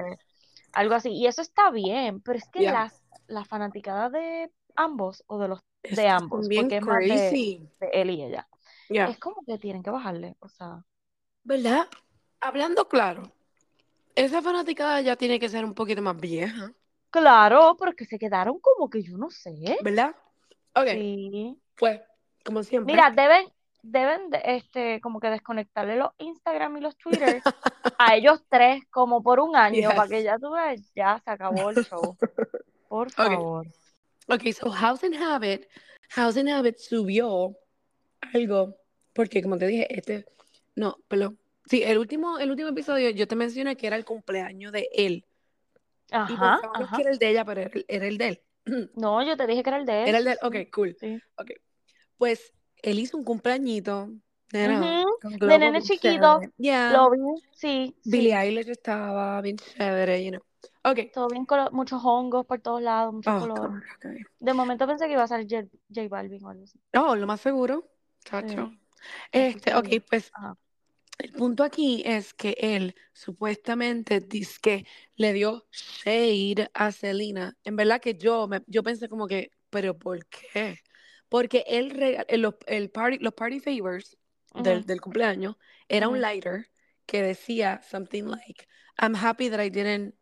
[SPEAKER 2] algo así. Y eso está bien, pero es que
[SPEAKER 1] Ya.
[SPEAKER 2] las, la fanaticada de ambos o de los
[SPEAKER 1] Es
[SPEAKER 2] de
[SPEAKER 1] que
[SPEAKER 2] ambos,
[SPEAKER 1] son bien
[SPEAKER 2] porque es más de,
[SPEAKER 1] crazy.
[SPEAKER 2] de él y ella,
[SPEAKER 1] Ya.
[SPEAKER 2] es como que tienen que bajarle, o sea,
[SPEAKER 1] ¿Verdad? Hablando claro, esa fanaticada ya tiene que ser un poquito más vieja,
[SPEAKER 2] claro, porque se quedaron como que yo no sé.
[SPEAKER 1] ¿verdad? Ok,
[SPEAKER 2] Sí.
[SPEAKER 1] pues, como siempre.
[SPEAKER 2] Mira, deben, deben de- este, como que desconectarle los Instagram y los Twitter a ellos tres como por un año para que
[SPEAKER 1] Yes.
[SPEAKER 2] ya tú veas, ya se acabó el show. Por
[SPEAKER 1] Ok,
[SPEAKER 2] favor.
[SPEAKER 1] ok, so House and Habit, House and Habit subió algo, porque como te dije, este, no, perdón. Sí, el último, el último episodio yo te mencioné que era el cumpleaños de él. Y
[SPEAKER 2] Ajá,
[SPEAKER 1] pensábamos
[SPEAKER 2] ajá.
[SPEAKER 1] que era el de ella, pero era el, era el de él.
[SPEAKER 2] No, yo te dije que era el de él,
[SPEAKER 1] Era el de
[SPEAKER 2] sí,
[SPEAKER 1] él. Ok,
[SPEAKER 2] sí,
[SPEAKER 1] cool.
[SPEAKER 2] sí.
[SPEAKER 1] Ok. Pues él hizo un cumpleañito, nena,
[SPEAKER 2] Ujú,
[SPEAKER 1] con
[SPEAKER 2] De
[SPEAKER 1] globo
[SPEAKER 2] nene
[SPEAKER 1] bien
[SPEAKER 2] chiquito,
[SPEAKER 1] chévere. Yeah.
[SPEAKER 2] lo vi, sí,
[SPEAKER 1] Ah. Billie
[SPEAKER 2] sí.
[SPEAKER 1] Eilish estaba bien chévere, you know. Ok.
[SPEAKER 2] Todo bien, colo- muchos hongos por todos lados, muchos
[SPEAKER 1] Oh,
[SPEAKER 2] colores.
[SPEAKER 1] God, okay.
[SPEAKER 2] De momento pensé que iba a ser J, J Balvin o algo así.
[SPEAKER 1] Oh, lo más seguro, chacho.
[SPEAKER 2] Sí, eso
[SPEAKER 1] Este, ok,
[SPEAKER 2] sí.
[SPEAKER 1] pues
[SPEAKER 2] Ajá.
[SPEAKER 1] el punto aquí es que él supuestamente dice que le dio shade a Selena. En verdad que yo, me, yo pensé como que, pero ¿por qué? Porque él rega- el- los, el party, los party favors del,
[SPEAKER 2] Ujú,
[SPEAKER 1] del cumpleaños era
[SPEAKER 2] ujú.
[SPEAKER 1] un lighter que decía something like, I'm happy that I didn't,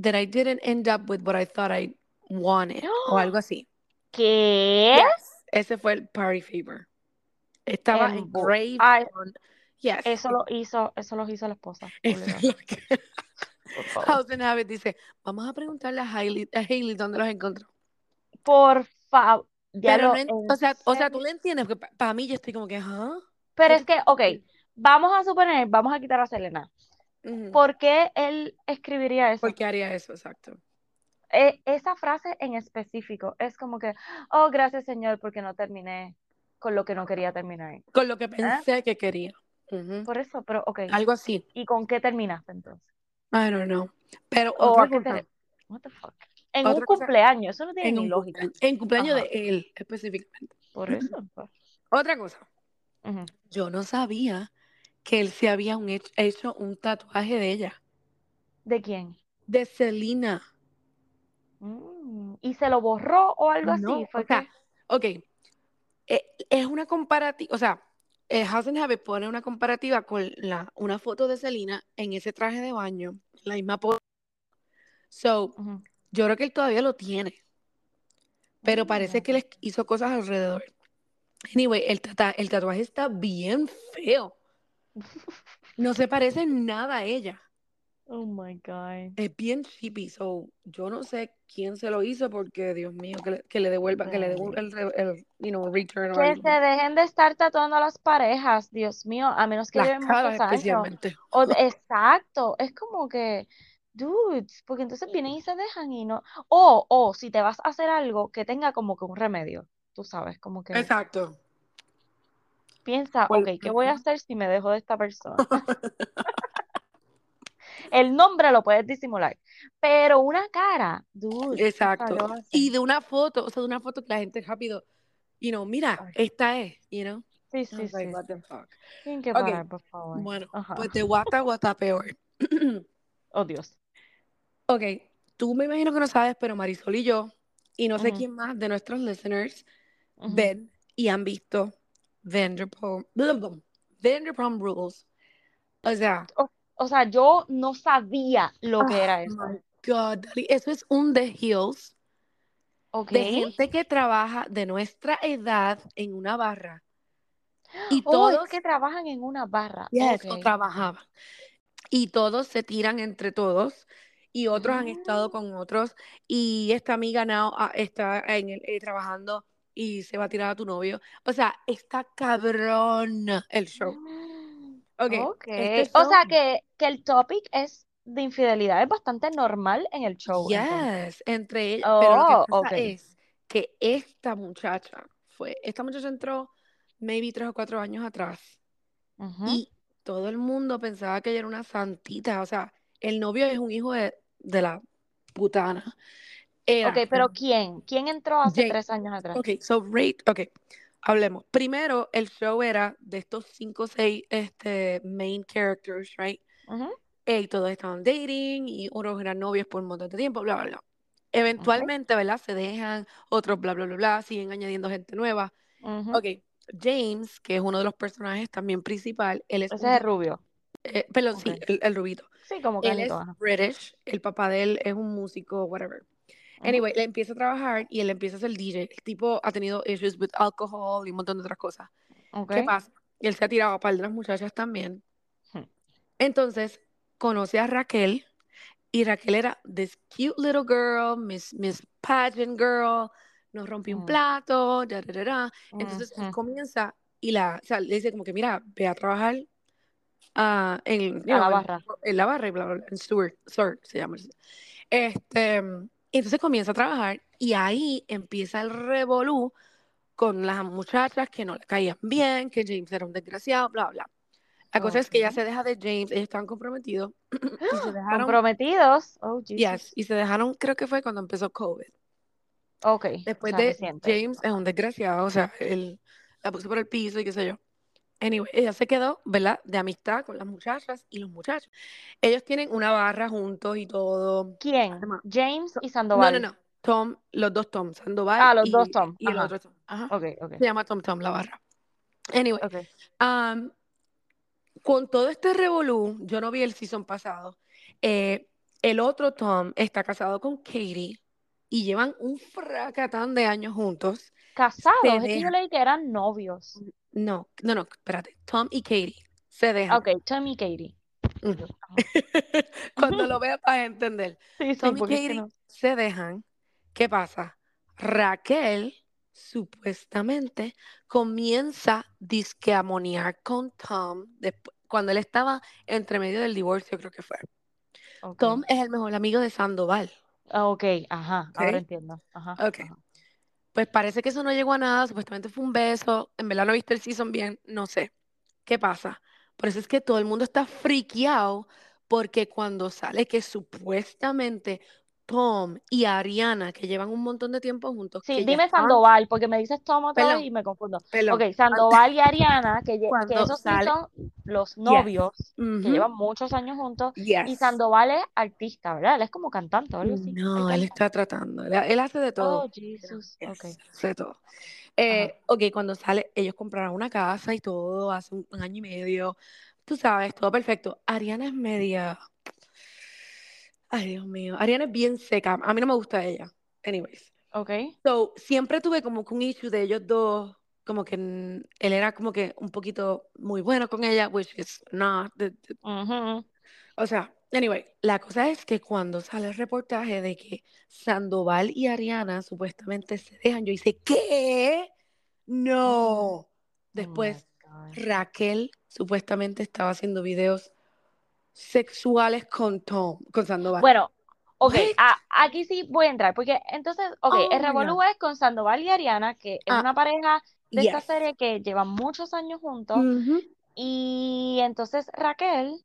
[SPEAKER 1] that I didn't end up with what I thought I wanted,
[SPEAKER 2] ¡Oh!
[SPEAKER 1] o algo así.
[SPEAKER 2] ¿Qué?
[SPEAKER 1] Yes, ese fue el party favor. Estaba
[SPEAKER 2] Embu-
[SPEAKER 1] engraved
[SPEAKER 2] Ay,
[SPEAKER 1] on. Yes,
[SPEAKER 2] ah, eso lo hizo, eso lo hizo la esposa,
[SPEAKER 1] eso
[SPEAKER 2] obligado,
[SPEAKER 1] es lo que
[SPEAKER 2] por favor.
[SPEAKER 1] House and Habit dice. Vamos a preguntarle a Hailey, a Hailey dónde los encontró.
[SPEAKER 2] Por favor,
[SPEAKER 1] Pero no,
[SPEAKER 2] diablo,
[SPEAKER 1] en-
[SPEAKER 2] en
[SPEAKER 1] o sea, o sea, tú
[SPEAKER 2] serio.
[SPEAKER 1] le entiendes, porque para mí yo estoy como que, ¿ah?
[SPEAKER 2] Pero
[SPEAKER 1] ¿Qué
[SPEAKER 2] es
[SPEAKER 1] tú
[SPEAKER 2] que,
[SPEAKER 1] quieres
[SPEAKER 2] ok,
[SPEAKER 1] decir?
[SPEAKER 2] vamos a suponer, vamos a quitar a Selena.
[SPEAKER 1] Ujú.
[SPEAKER 2] ¿Por qué él escribiría
[SPEAKER 1] ¿Por
[SPEAKER 2] eso?
[SPEAKER 1] qué haría eso? Exacto.
[SPEAKER 2] e- esa frase en específico es como que, oh, gracias Señor, porque no terminé con lo que no quería terminar.
[SPEAKER 1] Con lo que
[SPEAKER 2] ¿Ah?
[SPEAKER 1] pensé que quería. Ujú.
[SPEAKER 2] Por eso, pero ok.
[SPEAKER 1] Algo así.
[SPEAKER 2] ¿Y con qué terminaste entonces?
[SPEAKER 1] I don't know. Pero
[SPEAKER 2] ¿O
[SPEAKER 1] otra
[SPEAKER 2] a qué
[SPEAKER 1] cosa,
[SPEAKER 2] te... What the fuck? En un
[SPEAKER 1] otra cosa
[SPEAKER 2] cumpleaños, eso no tiene
[SPEAKER 1] en
[SPEAKER 2] ni
[SPEAKER 1] un
[SPEAKER 2] lógica.
[SPEAKER 1] cumpleaños, en cumpleaños
[SPEAKER 2] Ajá,
[SPEAKER 1] de él específicamente.
[SPEAKER 2] por eso. pues.
[SPEAKER 1] Otra cosa.
[SPEAKER 2] Ujú.
[SPEAKER 1] Yo no sabía que él se había un hech- hecho un tatuaje de ella,
[SPEAKER 2] ¿De quién?
[SPEAKER 1] de Selena.
[SPEAKER 2] Mm, ¿Y se lo borró o algo así?
[SPEAKER 1] No, o
[SPEAKER 2] ¿Fue
[SPEAKER 1] sea,
[SPEAKER 2] que?
[SPEAKER 1] ok, eh, es una comparativa, o sea, eh, House and Habit pone una comparativa con la, una foto de Selena en ese traje de baño, la misma pose. So,
[SPEAKER 2] Ujú.
[SPEAKER 1] yo creo que él todavía lo tiene, pero parece
[SPEAKER 2] Mm,
[SPEAKER 1] que él hizo cosas alrededor. Anyway, el, tata- el tatuaje está bien feo. No se parece en nada a ella.
[SPEAKER 2] Oh my God.
[SPEAKER 1] Es bien chippy. So, yo no sé quién se lo hizo porque, Dios mío, que le, que le devuelva, que le den un- el, re- el, you know, return o
[SPEAKER 2] Que
[SPEAKER 1] algo.
[SPEAKER 2] se dejen de estar tatuando a las parejas, Dios mío, a menos que
[SPEAKER 1] Las
[SPEAKER 2] lleven muchos
[SPEAKER 1] caras
[SPEAKER 2] años.
[SPEAKER 1] especialmente.
[SPEAKER 2] O- exacto, es como que, dudes, porque entonces vienen y se dejan y no. O, o si te vas a hacer algo que tenga como que un remedio, tú sabes, como que
[SPEAKER 1] Exacto. Pues
[SPEAKER 2] piensa,
[SPEAKER 1] Bueno,
[SPEAKER 2] ok, ¿qué voy a hacer si me dejo de esta persona? El nombre lo puedes disimular, pero una cara, dude,
[SPEAKER 1] Exacto. Y de una foto, o sea, de una foto que la gente rápido, you know, mira,
[SPEAKER 2] Ay.
[SPEAKER 1] esta es, you know.
[SPEAKER 2] Sí,
[SPEAKER 1] I
[SPEAKER 2] sí,
[SPEAKER 1] was
[SPEAKER 2] sí.
[SPEAKER 1] like, what the fuck.
[SPEAKER 2] Tienen que
[SPEAKER 1] Ok.
[SPEAKER 2] parar, por favor.
[SPEAKER 1] Bueno,
[SPEAKER 2] Ajá.
[SPEAKER 1] pues de guata a guata peor.
[SPEAKER 2] Oh, Dios.
[SPEAKER 1] Ok, tú me imagino que no sabes, pero Marisol y yo, y no sé
[SPEAKER 2] Ujú.
[SPEAKER 1] quién más de nuestros listeners,
[SPEAKER 2] Ujú.
[SPEAKER 1] ven y han visto Vanderpump, blablabla, Vanderpump Rules. O sea,
[SPEAKER 2] O sea, yo no sabía lo que
[SPEAKER 1] oh
[SPEAKER 2] era eso.
[SPEAKER 1] my God, Dali, eso es un The Hills
[SPEAKER 2] Ok. Oh,
[SPEAKER 1] de gente que trabaja de nuestra edad en una barra. Y
[SPEAKER 2] Oh, es
[SPEAKER 1] todos,
[SPEAKER 2] que trabajan en una barra.
[SPEAKER 1] yes, o
[SPEAKER 2] Ok.
[SPEAKER 1] trabajaban. y todos se tiran entre todos y otros han
[SPEAKER 2] Mm.
[SPEAKER 1] estado con otros y esta amiga now ah, está en el- eh, trabajando y se va a tirar a tu novio. O sea, está cabrón el show. Ok, este
[SPEAKER 2] Ah, O
[SPEAKER 1] show-
[SPEAKER 2] sea que, que el topic es de infidelidad, es bastante normal en el show. entonces.
[SPEAKER 1] Yes, entre ellos. Pero lo que
[SPEAKER 2] Oh,
[SPEAKER 1] pasa
[SPEAKER 2] ok.
[SPEAKER 1] es que esta muchacha fue, esta muchacha entró maybe tres o cuatro años atrás
[SPEAKER 2] Ujú.
[SPEAKER 1] y todo el mundo pensaba que ella era una santita. O sea, el novio es un hijo de, de la putana. Era.
[SPEAKER 2] Ok, pero ¿quién? ¿Quién entró hace
[SPEAKER 1] Jake.
[SPEAKER 2] tres años atrás?
[SPEAKER 1] Ok, so rate, ok, hablemos. Primero, el show era de estos cinco o seis este, main characters, right?
[SPEAKER 2] Ujú,
[SPEAKER 1] Eh, Y todos estaban dating y unos eran novios por un montón de tiempo, bla, bla, bla.
[SPEAKER 2] ok,
[SPEAKER 1] Eventualmente, ¿verdad? Se dejan, otros, bla, bla, bla, bla, siguen añadiendo gente nueva.
[SPEAKER 2] ujú.
[SPEAKER 1] Ok, James, que es uno de los personajes también principal, él es
[SPEAKER 2] Ese
[SPEAKER 1] un,
[SPEAKER 2] es el rubio.
[SPEAKER 1] eh, perdón, sí,
[SPEAKER 2] Ok.
[SPEAKER 1] el, el rubito.
[SPEAKER 2] Sí, como
[SPEAKER 1] Él es
[SPEAKER 2] Canito. Ajá.
[SPEAKER 1] British, el papá de él es un músico, whatever.
[SPEAKER 2] Ujú.
[SPEAKER 1] Anyway, él empieza a trabajar y él empieza a ser DJ. El tipo ha tenido issues with alcohol y un montón de otras cosas.
[SPEAKER 2] Ok. Hmm.
[SPEAKER 1] ¿Qué pasa? Él se ha tirado a par de las muchachas también.
[SPEAKER 2] Ujú.
[SPEAKER 1] Entonces, conoce a Raquel y Raquel era this cute little girl, Miss, Miss Pageant Girl, nos rompió un
[SPEAKER 2] Mm,
[SPEAKER 1] plato, da, da, da, da.
[SPEAKER 2] Hmm,
[SPEAKER 1] Entonces, él
[SPEAKER 2] ujú.
[SPEAKER 1] comienza y la, o sea, le dice como que, mira, ve a trabajar ah, en, you know,
[SPEAKER 2] A la
[SPEAKER 1] en,
[SPEAKER 2] barra.
[SPEAKER 1] en la barra y bla, bla, bla, en Stewart, Stewart se llama. Este, entonces comienza a trabajar y ahí empieza el revolú con las muchachas que no le caían bien, que James era un desgraciado, bla, bla. La cosa es que ella
[SPEAKER 2] Ok.
[SPEAKER 1] se deja de James, ellos estaban comprometidos y se dejaron,
[SPEAKER 2] Comprometidos. Oh,
[SPEAKER 1] yes,
[SPEAKER 2] Jesus.
[SPEAKER 1] y se dejaron, creo que fue cuando empezó COVID.
[SPEAKER 2] Ok, o
[SPEAKER 1] Después
[SPEAKER 2] sea,
[SPEAKER 1] de
[SPEAKER 2] Ah, reciente.
[SPEAKER 1] James es un desgraciado, o sea, él la puso por el piso y qué sé yo. Anyway, ella se quedó, ¿verdad? De amistad con las muchachas y los muchachos. Ellos tienen una barra juntos y todo.
[SPEAKER 2] ¿Quién?
[SPEAKER 1] Además,
[SPEAKER 2] James y
[SPEAKER 1] No, no,
[SPEAKER 2] Sandoval.
[SPEAKER 1] no. Tom, los dos Tom, Sandoval
[SPEAKER 2] Ah, los dos
[SPEAKER 1] y,
[SPEAKER 2] Tom.
[SPEAKER 1] y el
[SPEAKER 2] Ajá.
[SPEAKER 1] otro Tom. Ajá.
[SPEAKER 2] Ok, ok,
[SPEAKER 1] Se llama Tom Tom, la barra. Anyway,
[SPEAKER 2] ok.
[SPEAKER 1] um, con todo este revolú, yo no vi el season pasado. eh, el otro Tom está casado con Katie y llevan un fracatán de años juntos. Se
[SPEAKER 2] Casados, es que yo
[SPEAKER 1] dejan.
[SPEAKER 2] leí que eran novios.
[SPEAKER 1] No, no, no, espérate. Tom y Katie se dejan.
[SPEAKER 2] Ok, Tom y Katie.
[SPEAKER 1] Ujú.
[SPEAKER 2] Ajá.
[SPEAKER 1] Cuando lo veas vas a entender.
[SPEAKER 2] Sí, sí,
[SPEAKER 1] Tom y
[SPEAKER 2] porque es que
[SPEAKER 1] Katie
[SPEAKER 2] no.
[SPEAKER 1] se dejan. ¿Qué pasa? Raquel supuestamente comienza disque a monear con Tom despu- cuando él estaba entre medio del divorcio, creo que fue.
[SPEAKER 2] Ok.
[SPEAKER 1] Tom es el mejor amigo de Sandoval.
[SPEAKER 2] Ah, Ok, ajá, ahora
[SPEAKER 1] ¿ok?
[SPEAKER 2] entiendo. Ajá,
[SPEAKER 1] Ok.
[SPEAKER 2] ajá.
[SPEAKER 1] Pues parece que eso no llegó a nada, supuestamente fue un beso. En verdad no viste el season bien, no sé. ¿Qué pasa? Por eso es que todo el mundo está friqueado porque cuando sale que supuestamente Tom y Ariana, que llevan un montón de tiempo juntos,
[SPEAKER 2] Sí,
[SPEAKER 1] que ya Ah.
[SPEAKER 2] dime
[SPEAKER 1] estaban,
[SPEAKER 2] Sandoval, porque me dices Tom otra vez
[SPEAKER 1] pelón,
[SPEAKER 2] y me confundo. Ok,
[SPEAKER 1] pelón, An-
[SPEAKER 2] Sandoval y Ariana, que, lle- que
[SPEAKER 1] cuando
[SPEAKER 2] esos sí
[SPEAKER 1] sale,
[SPEAKER 2] son los
[SPEAKER 1] yes,
[SPEAKER 2] novios, que
[SPEAKER 1] ujú,
[SPEAKER 2] llevan muchos años juntos, y
[SPEAKER 1] yes.
[SPEAKER 2] Sandoval es artista, ¿verdad? Él es como cantante o algo así. Él
[SPEAKER 1] No, él
[SPEAKER 2] canta.
[SPEAKER 1] está tratando, él, él hace de
[SPEAKER 2] Oh,
[SPEAKER 1] todo. Pero,
[SPEAKER 2] Jesus, ok.
[SPEAKER 1] yes, hace de todo.
[SPEAKER 2] Ajá.
[SPEAKER 1] Eh, ok, cuando sale, ellos compraron una casa y todo hace un, un año y medio. Tú sabes, todo perfecto. Ariana es media. Ay, Dios mío. Ariana es bien seca. A mí no me gusta ella. Anyways.
[SPEAKER 2] Ok.
[SPEAKER 1] So, siempre tuve como que un issue de ellos dos. como que mm, él era como que un poquito muy bueno con ella, which is not. the- the-
[SPEAKER 2] Ujú.
[SPEAKER 1] o sea, anyway, la cosa es que cuando sale el reportaje de que Sandoval y Ariana supuestamente se dejan, yo hice, ¿qué? No. Después,
[SPEAKER 2] Oh my God.
[SPEAKER 1] Raquel supuestamente estaba haciendo videos sexuales con Tom, con Sandoval.
[SPEAKER 2] Bueno, ok,
[SPEAKER 1] What?
[SPEAKER 2] a- aquí sí voy a entrar, porque entonces, ok,
[SPEAKER 1] Oh
[SPEAKER 2] el
[SPEAKER 1] my
[SPEAKER 2] revolú
[SPEAKER 1] God.
[SPEAKER 2] es con Sandoval y Ariana, que es
[SPEAKER 1] Ah,
[SPEAKER 2] una pareja de esta
[SPEAKER 1] yes. Mm.
[SPEAKER 2] serie que llevan muchos años juntos,
[SPEAKER 1] Ujú.
[SPEAKER 2] y entonces Raquel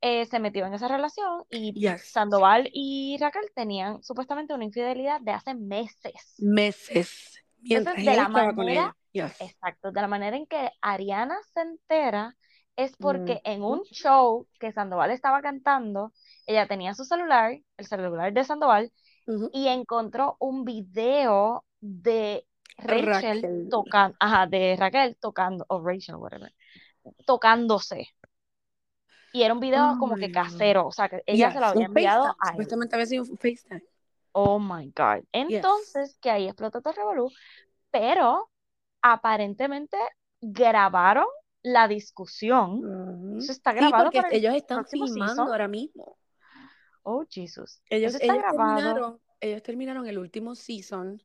[SPEAKER 2] eh, se metió en esa relación y
[SPEAKER 1] Yes.
[SPEAKER 2] Sandoval y Raquel tenían supuestamente una infidelidad de hace meses.
[SPEAKER 1] Mm. Meses. Mientras
[SPEAKER 2] Entonces, de
[SPEAKER 1] él
[SPEAKER 2] la
[SPEAKER 1] estaba con
[SPEAKER 2] manera,
[SPEAKER 1] ella. Yes.
[SPEAKER 2] exacto, de la manera en que Ariana se entera es porque en
[SPEAKER 1] Ujú.
[SPEAKER 2] un show que Sandoval estaba cantando, ella tenía su celular, el celular de Sandoval,
[SPEAKER 1] Ujú.
[SPEAKER 2] y encontró un video de Rachel
[SPEAKER 1] Raquel.
[SPEAKER 2] tocando, ajá, de Raquel tocando, o Rachel, whatever, tocándose. Y era un
[SPEAKER 1] Oh
[SPEAKER 2] video como
[SPEAKER 1] my
[SPEAKER 2] que
[SPEAKER 1] God.
[SPEAKER 2] casero, o sea, que ella se lo
[SPEAKER 1] Yes,
[SPEAKER 2] había
[SPEAKER 1] un
[SPEAKER 2] enviado
[SPEAKER 1] FaceTime.
[SPEAKER 2] a él.
[SPEAKER 1] Supuestamente había sido un FaceTime.
[SPEAKER 2] Oh my God.
[SPEAKER 1] Yes.
[SPEAKER 2] Entonces, que ahí explotó todo el revolú, pero aparentemente grabaron la discusión.
[SPEAKER 1] Ujú.
[SPEAKER 2] Eso está
[SPEAKER 1] Mm. Sí,
[SPEAKER 2] grabado
[SPEAKER 1] porque
[SPEAKER 2] para el
[SPEAKER 1] ellos están
[SPEAKER 2] próximo season.
[SPEAKER 1] filmando ahora mismo.
[SPEAKER 2] Oh, Jesus. Eso
[SPEAKER 1] Ellos,
[SPEAKER 2] está
[SPEAKER 1] ellos
[SPEAKER 2] grabado.
[SPEAKER 1] terminaron, ellos terminaron el último season,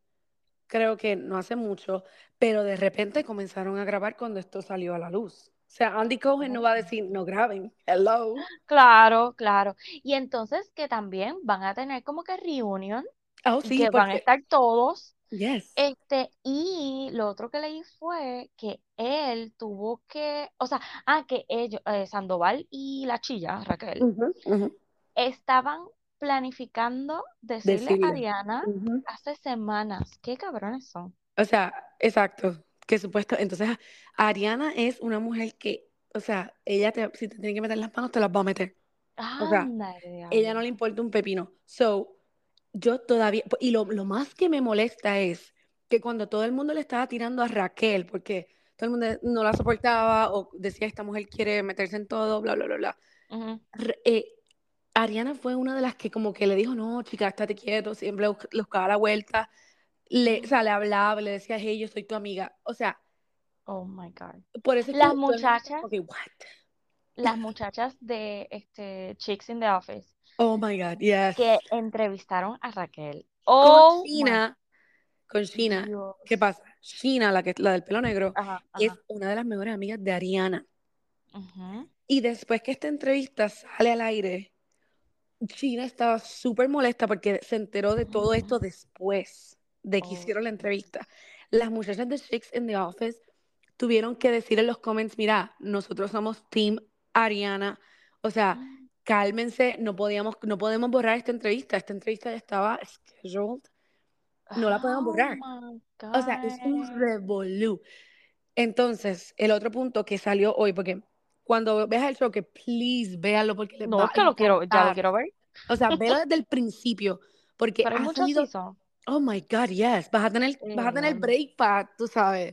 [SPEAKER 1] creo que no hace mucho, pero de repente comenzaron a grabar cuando esto salió a la luz. O sea, Andy Cohen no
[SPEAKER 2] Oh.
[SPEAKER 1] va a decir, no graben. Hello.
[SPEAKER 2] Claro, claro. Y entonces que también van a tener como que reunión,
[SPEAKER 1] Oh, sí,
[SPEAKER 2] que van a
[SPEAKER 1] porque,
[SPEAKER 2] estar todos.
[SPEAKER 1] yes.
[SPEAKER 2] Este, y lo otro que leí fue que él tuvo que, o sea, ah, que ellos, eh, Sandoval y la chilla, Raquel,
[SPEAKER 1] Ujú, ujú.
[SPEAKER 2] estaban planificando decirle a
[SPEAKER 1] Decirle. Mm.
[SPEAKER 2] Ariana
[SPEAKER 1] Ujú.
[SPEAKER 2] hace semanas. Qué cabrones son.
[SPEAKER 1] O sea, exacto, que supuesto. Entonces, a- Ariana es una mujer que, o sea, ella te- si te tiene que meter las manos, te las va a meter. O sea,
[SPEAKER 2] Ándale,
[SPEAKER 1] ella no
[SPEAKER 2] diablo.
[SPEAKER 1] le importa un pepino. So, yo todavía, pues, y lo, lo más que me molesta es que cuando todo el mundo le estaba tirando a Raquel, porque todo el mundo no la soportaba o decía, esta mujer quiere meterse en todo, bla, bla, bla, bla.
[SPEAKER 2] Ujú.
[SPEAKER 1] Re- eh, Ariana fue una de las que como que le dijo, no, chica, estate quieto, siempre bus- le buscaba la vuelta, le, o sea, le hablaba, le decía, hey, yo soy tu amiga. O sea,
[SPEAKER 2] Oh my God.
[SPEAKER 1] por eso es que
[SPEAKER 2] Las
[SPEAKER 1] todo el mundo está como
[SPEAKER 2] muchachas,
[SPEAKER 1] que, what?
[SPEAKER 2] las muchachas de este Chicks in the Office
[SPEAKER 1] Oh my God, yes.
[SPEAKER 2] que entrevistaron a Raquel.
[SPEAKER 1] Con
[SPEAKER 2] Oh my
[SPEAKER 1] China, con China, ¿qué
[SPEAKER 2] Dios.
[SPEAKER 1] pasa? China, la que, la del pelo negro,
[SPEAKER 2] Ajá,
[SPEAKER 1] es
[SPEAKER 2] ajá.
[SPEAKER 1] una de las mejores amigas de Ariana.
[SPEAKER 2] Ujú.
[SPEAKER 1] Y después que esta entrevista sale al aire, China estaba súper molesta porque se enteró de todo
[SPEAKER 2] Ujú.
[SPEAKER 1] esto después de que
[SPEAKER 2] Mm. Oh,
[SPEAKER 1] hicieron la entrevista.
[SPEAKER 2] Jesus.
[SPEAKER 1] Las muchachas de Chicks in the Office tuvieron que decir en los comments, mira, nosotros somos Team Ariana, o sea,
[SPEAKER 2] Mm.
[SPEAKER 1] cálmense, no podíamos, no podemos borrar esta entrevista, esta entrevista ya estaba scheduled, no la podemos
[SPEAKER 2] Oh
[SPEAKER 1] borrar.
[SPEAKER 2] my
[SPEAKER 1] O sea, es un
[SPEAKER 2] God.
[SPEAKER 1] revolú. Entonces, el otro punto que salió hoy, porque cuando veas el show, que please véalo porque les
[SPEAKER 2] No,
[SPEAKER 1] va
[SPEAKER 2] es
[SPEAKER 1] a
[SPEAKER 2] que lo quiero, ya lo
[SPEAKER 1] encantar.
[SPEAKER 2] quiero ver.
[SPEAKER 1] O sea, velo desde el principio, porque
[SPEAKER 2] Pero hay
[SPEAKER 1] ha
[SPEAKER 2] muchos
[SPEAKER 1] salido,
[SPEAKER 2] seasons.
[SPEAKER 1] oh my God, yes, vas a tener, vas a tener
[SPEAKER 2] Eh,
[SPEAKER 1] break para, tú sabes,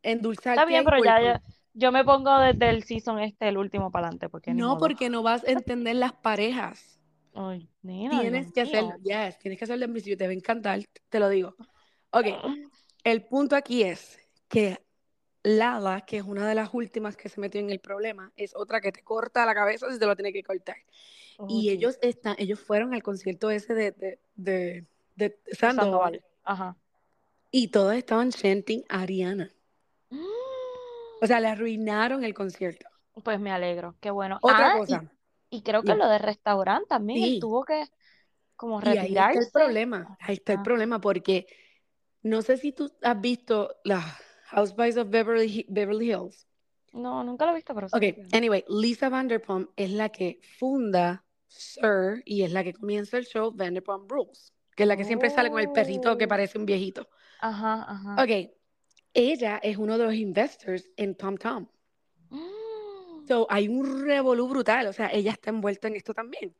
[SPEAKER 2] Está
[SPEAKER 1] endulzarte
[SPEAKER 2] bien,
[SPEAKER 1] ahí
[SPEAKER 2] pero ya,
[SPEAKER 1] porque...
[SPEAKER 2] ya- yo me pongo desde el season este, el último para adelante, porque ni
[SPEAKER 1] No,
[SPEAKER 2] modo.
[SPEAKER 1] porque no vas a entender las parejas.
[SPEAKER 2] Ay, nena, Dios
[SPEAKER 1] Tienes que hacerlo,
[SPEAKER 2] mío.
[SPEAKER 1] yes, tienes que hacerlo en principio, te va a encantar, te lo digo. Ok, el punto aquí es que Lala, que es una de las últimas que se metió en el problema, es otra que te corta la cabeza si te lo tiene que cortar.
[SPEAKER 2] Oh,
[SPEAKER 1] Y ellos
[SPEAKER 2] Jesus.
[SPEAKER 1] están, ellos fueron al concierto ese de, de, de, de
[SPEAKER 2] De
[SPEAKER 1] Sandoval
[SPEAKER 2] Sandoval. Ajá.
[SPEAKER 1] y todos estaban chanting a Ariana. O sea, le arruinaron el concierto.
[SPEAKER 2] Pues me alegro, qué bueno.
[SPEAKER 1] Otra
[SPEAKER 2] Ah, y,
[SPEAKER 1] cosa,
[SPEAKER 2] y creo que
[SPEAKER 1] dime.
[SPEAKER 2] lo de restaurante también, él
[SPEAKER 1] Sí,
[SPEAKER 2] tuvo que como
[SPEAKER 1] y ahí está el
[SPEAKER 2] retirarse. Ah.
[SPEAKER 1] problema, ahí está el
[SPEAKER 2] Ajá.
[SPEAKER 1] problema porque no sé si tú has visto las Housewives of Beverly, Beverly Hills.
[SPEAKER 2] No, nunca lo he visto, pero sí
[SPEAKER 1] Ok,
[SPEAKER 2] entiendo.
[SPEAKER 1] anyway, Lisa Vanderpump es la que funda Sir y es la que comienza el show Vanderpump Rules, que es la que siempre sale con el perrito que
[SPEAKER 2] Oh. Ah.
[SPEAKER 1] parece un viejito.
[SPEAKER 2] Ajá, ajá.
[SPEAKER 1] Ok, ella es uno de los investors en TomTom.
[SPEAKER 2] Mm.
[SPEAKER 1] So, hay un revolú brutal, o sea, ella está envuelta en esto también,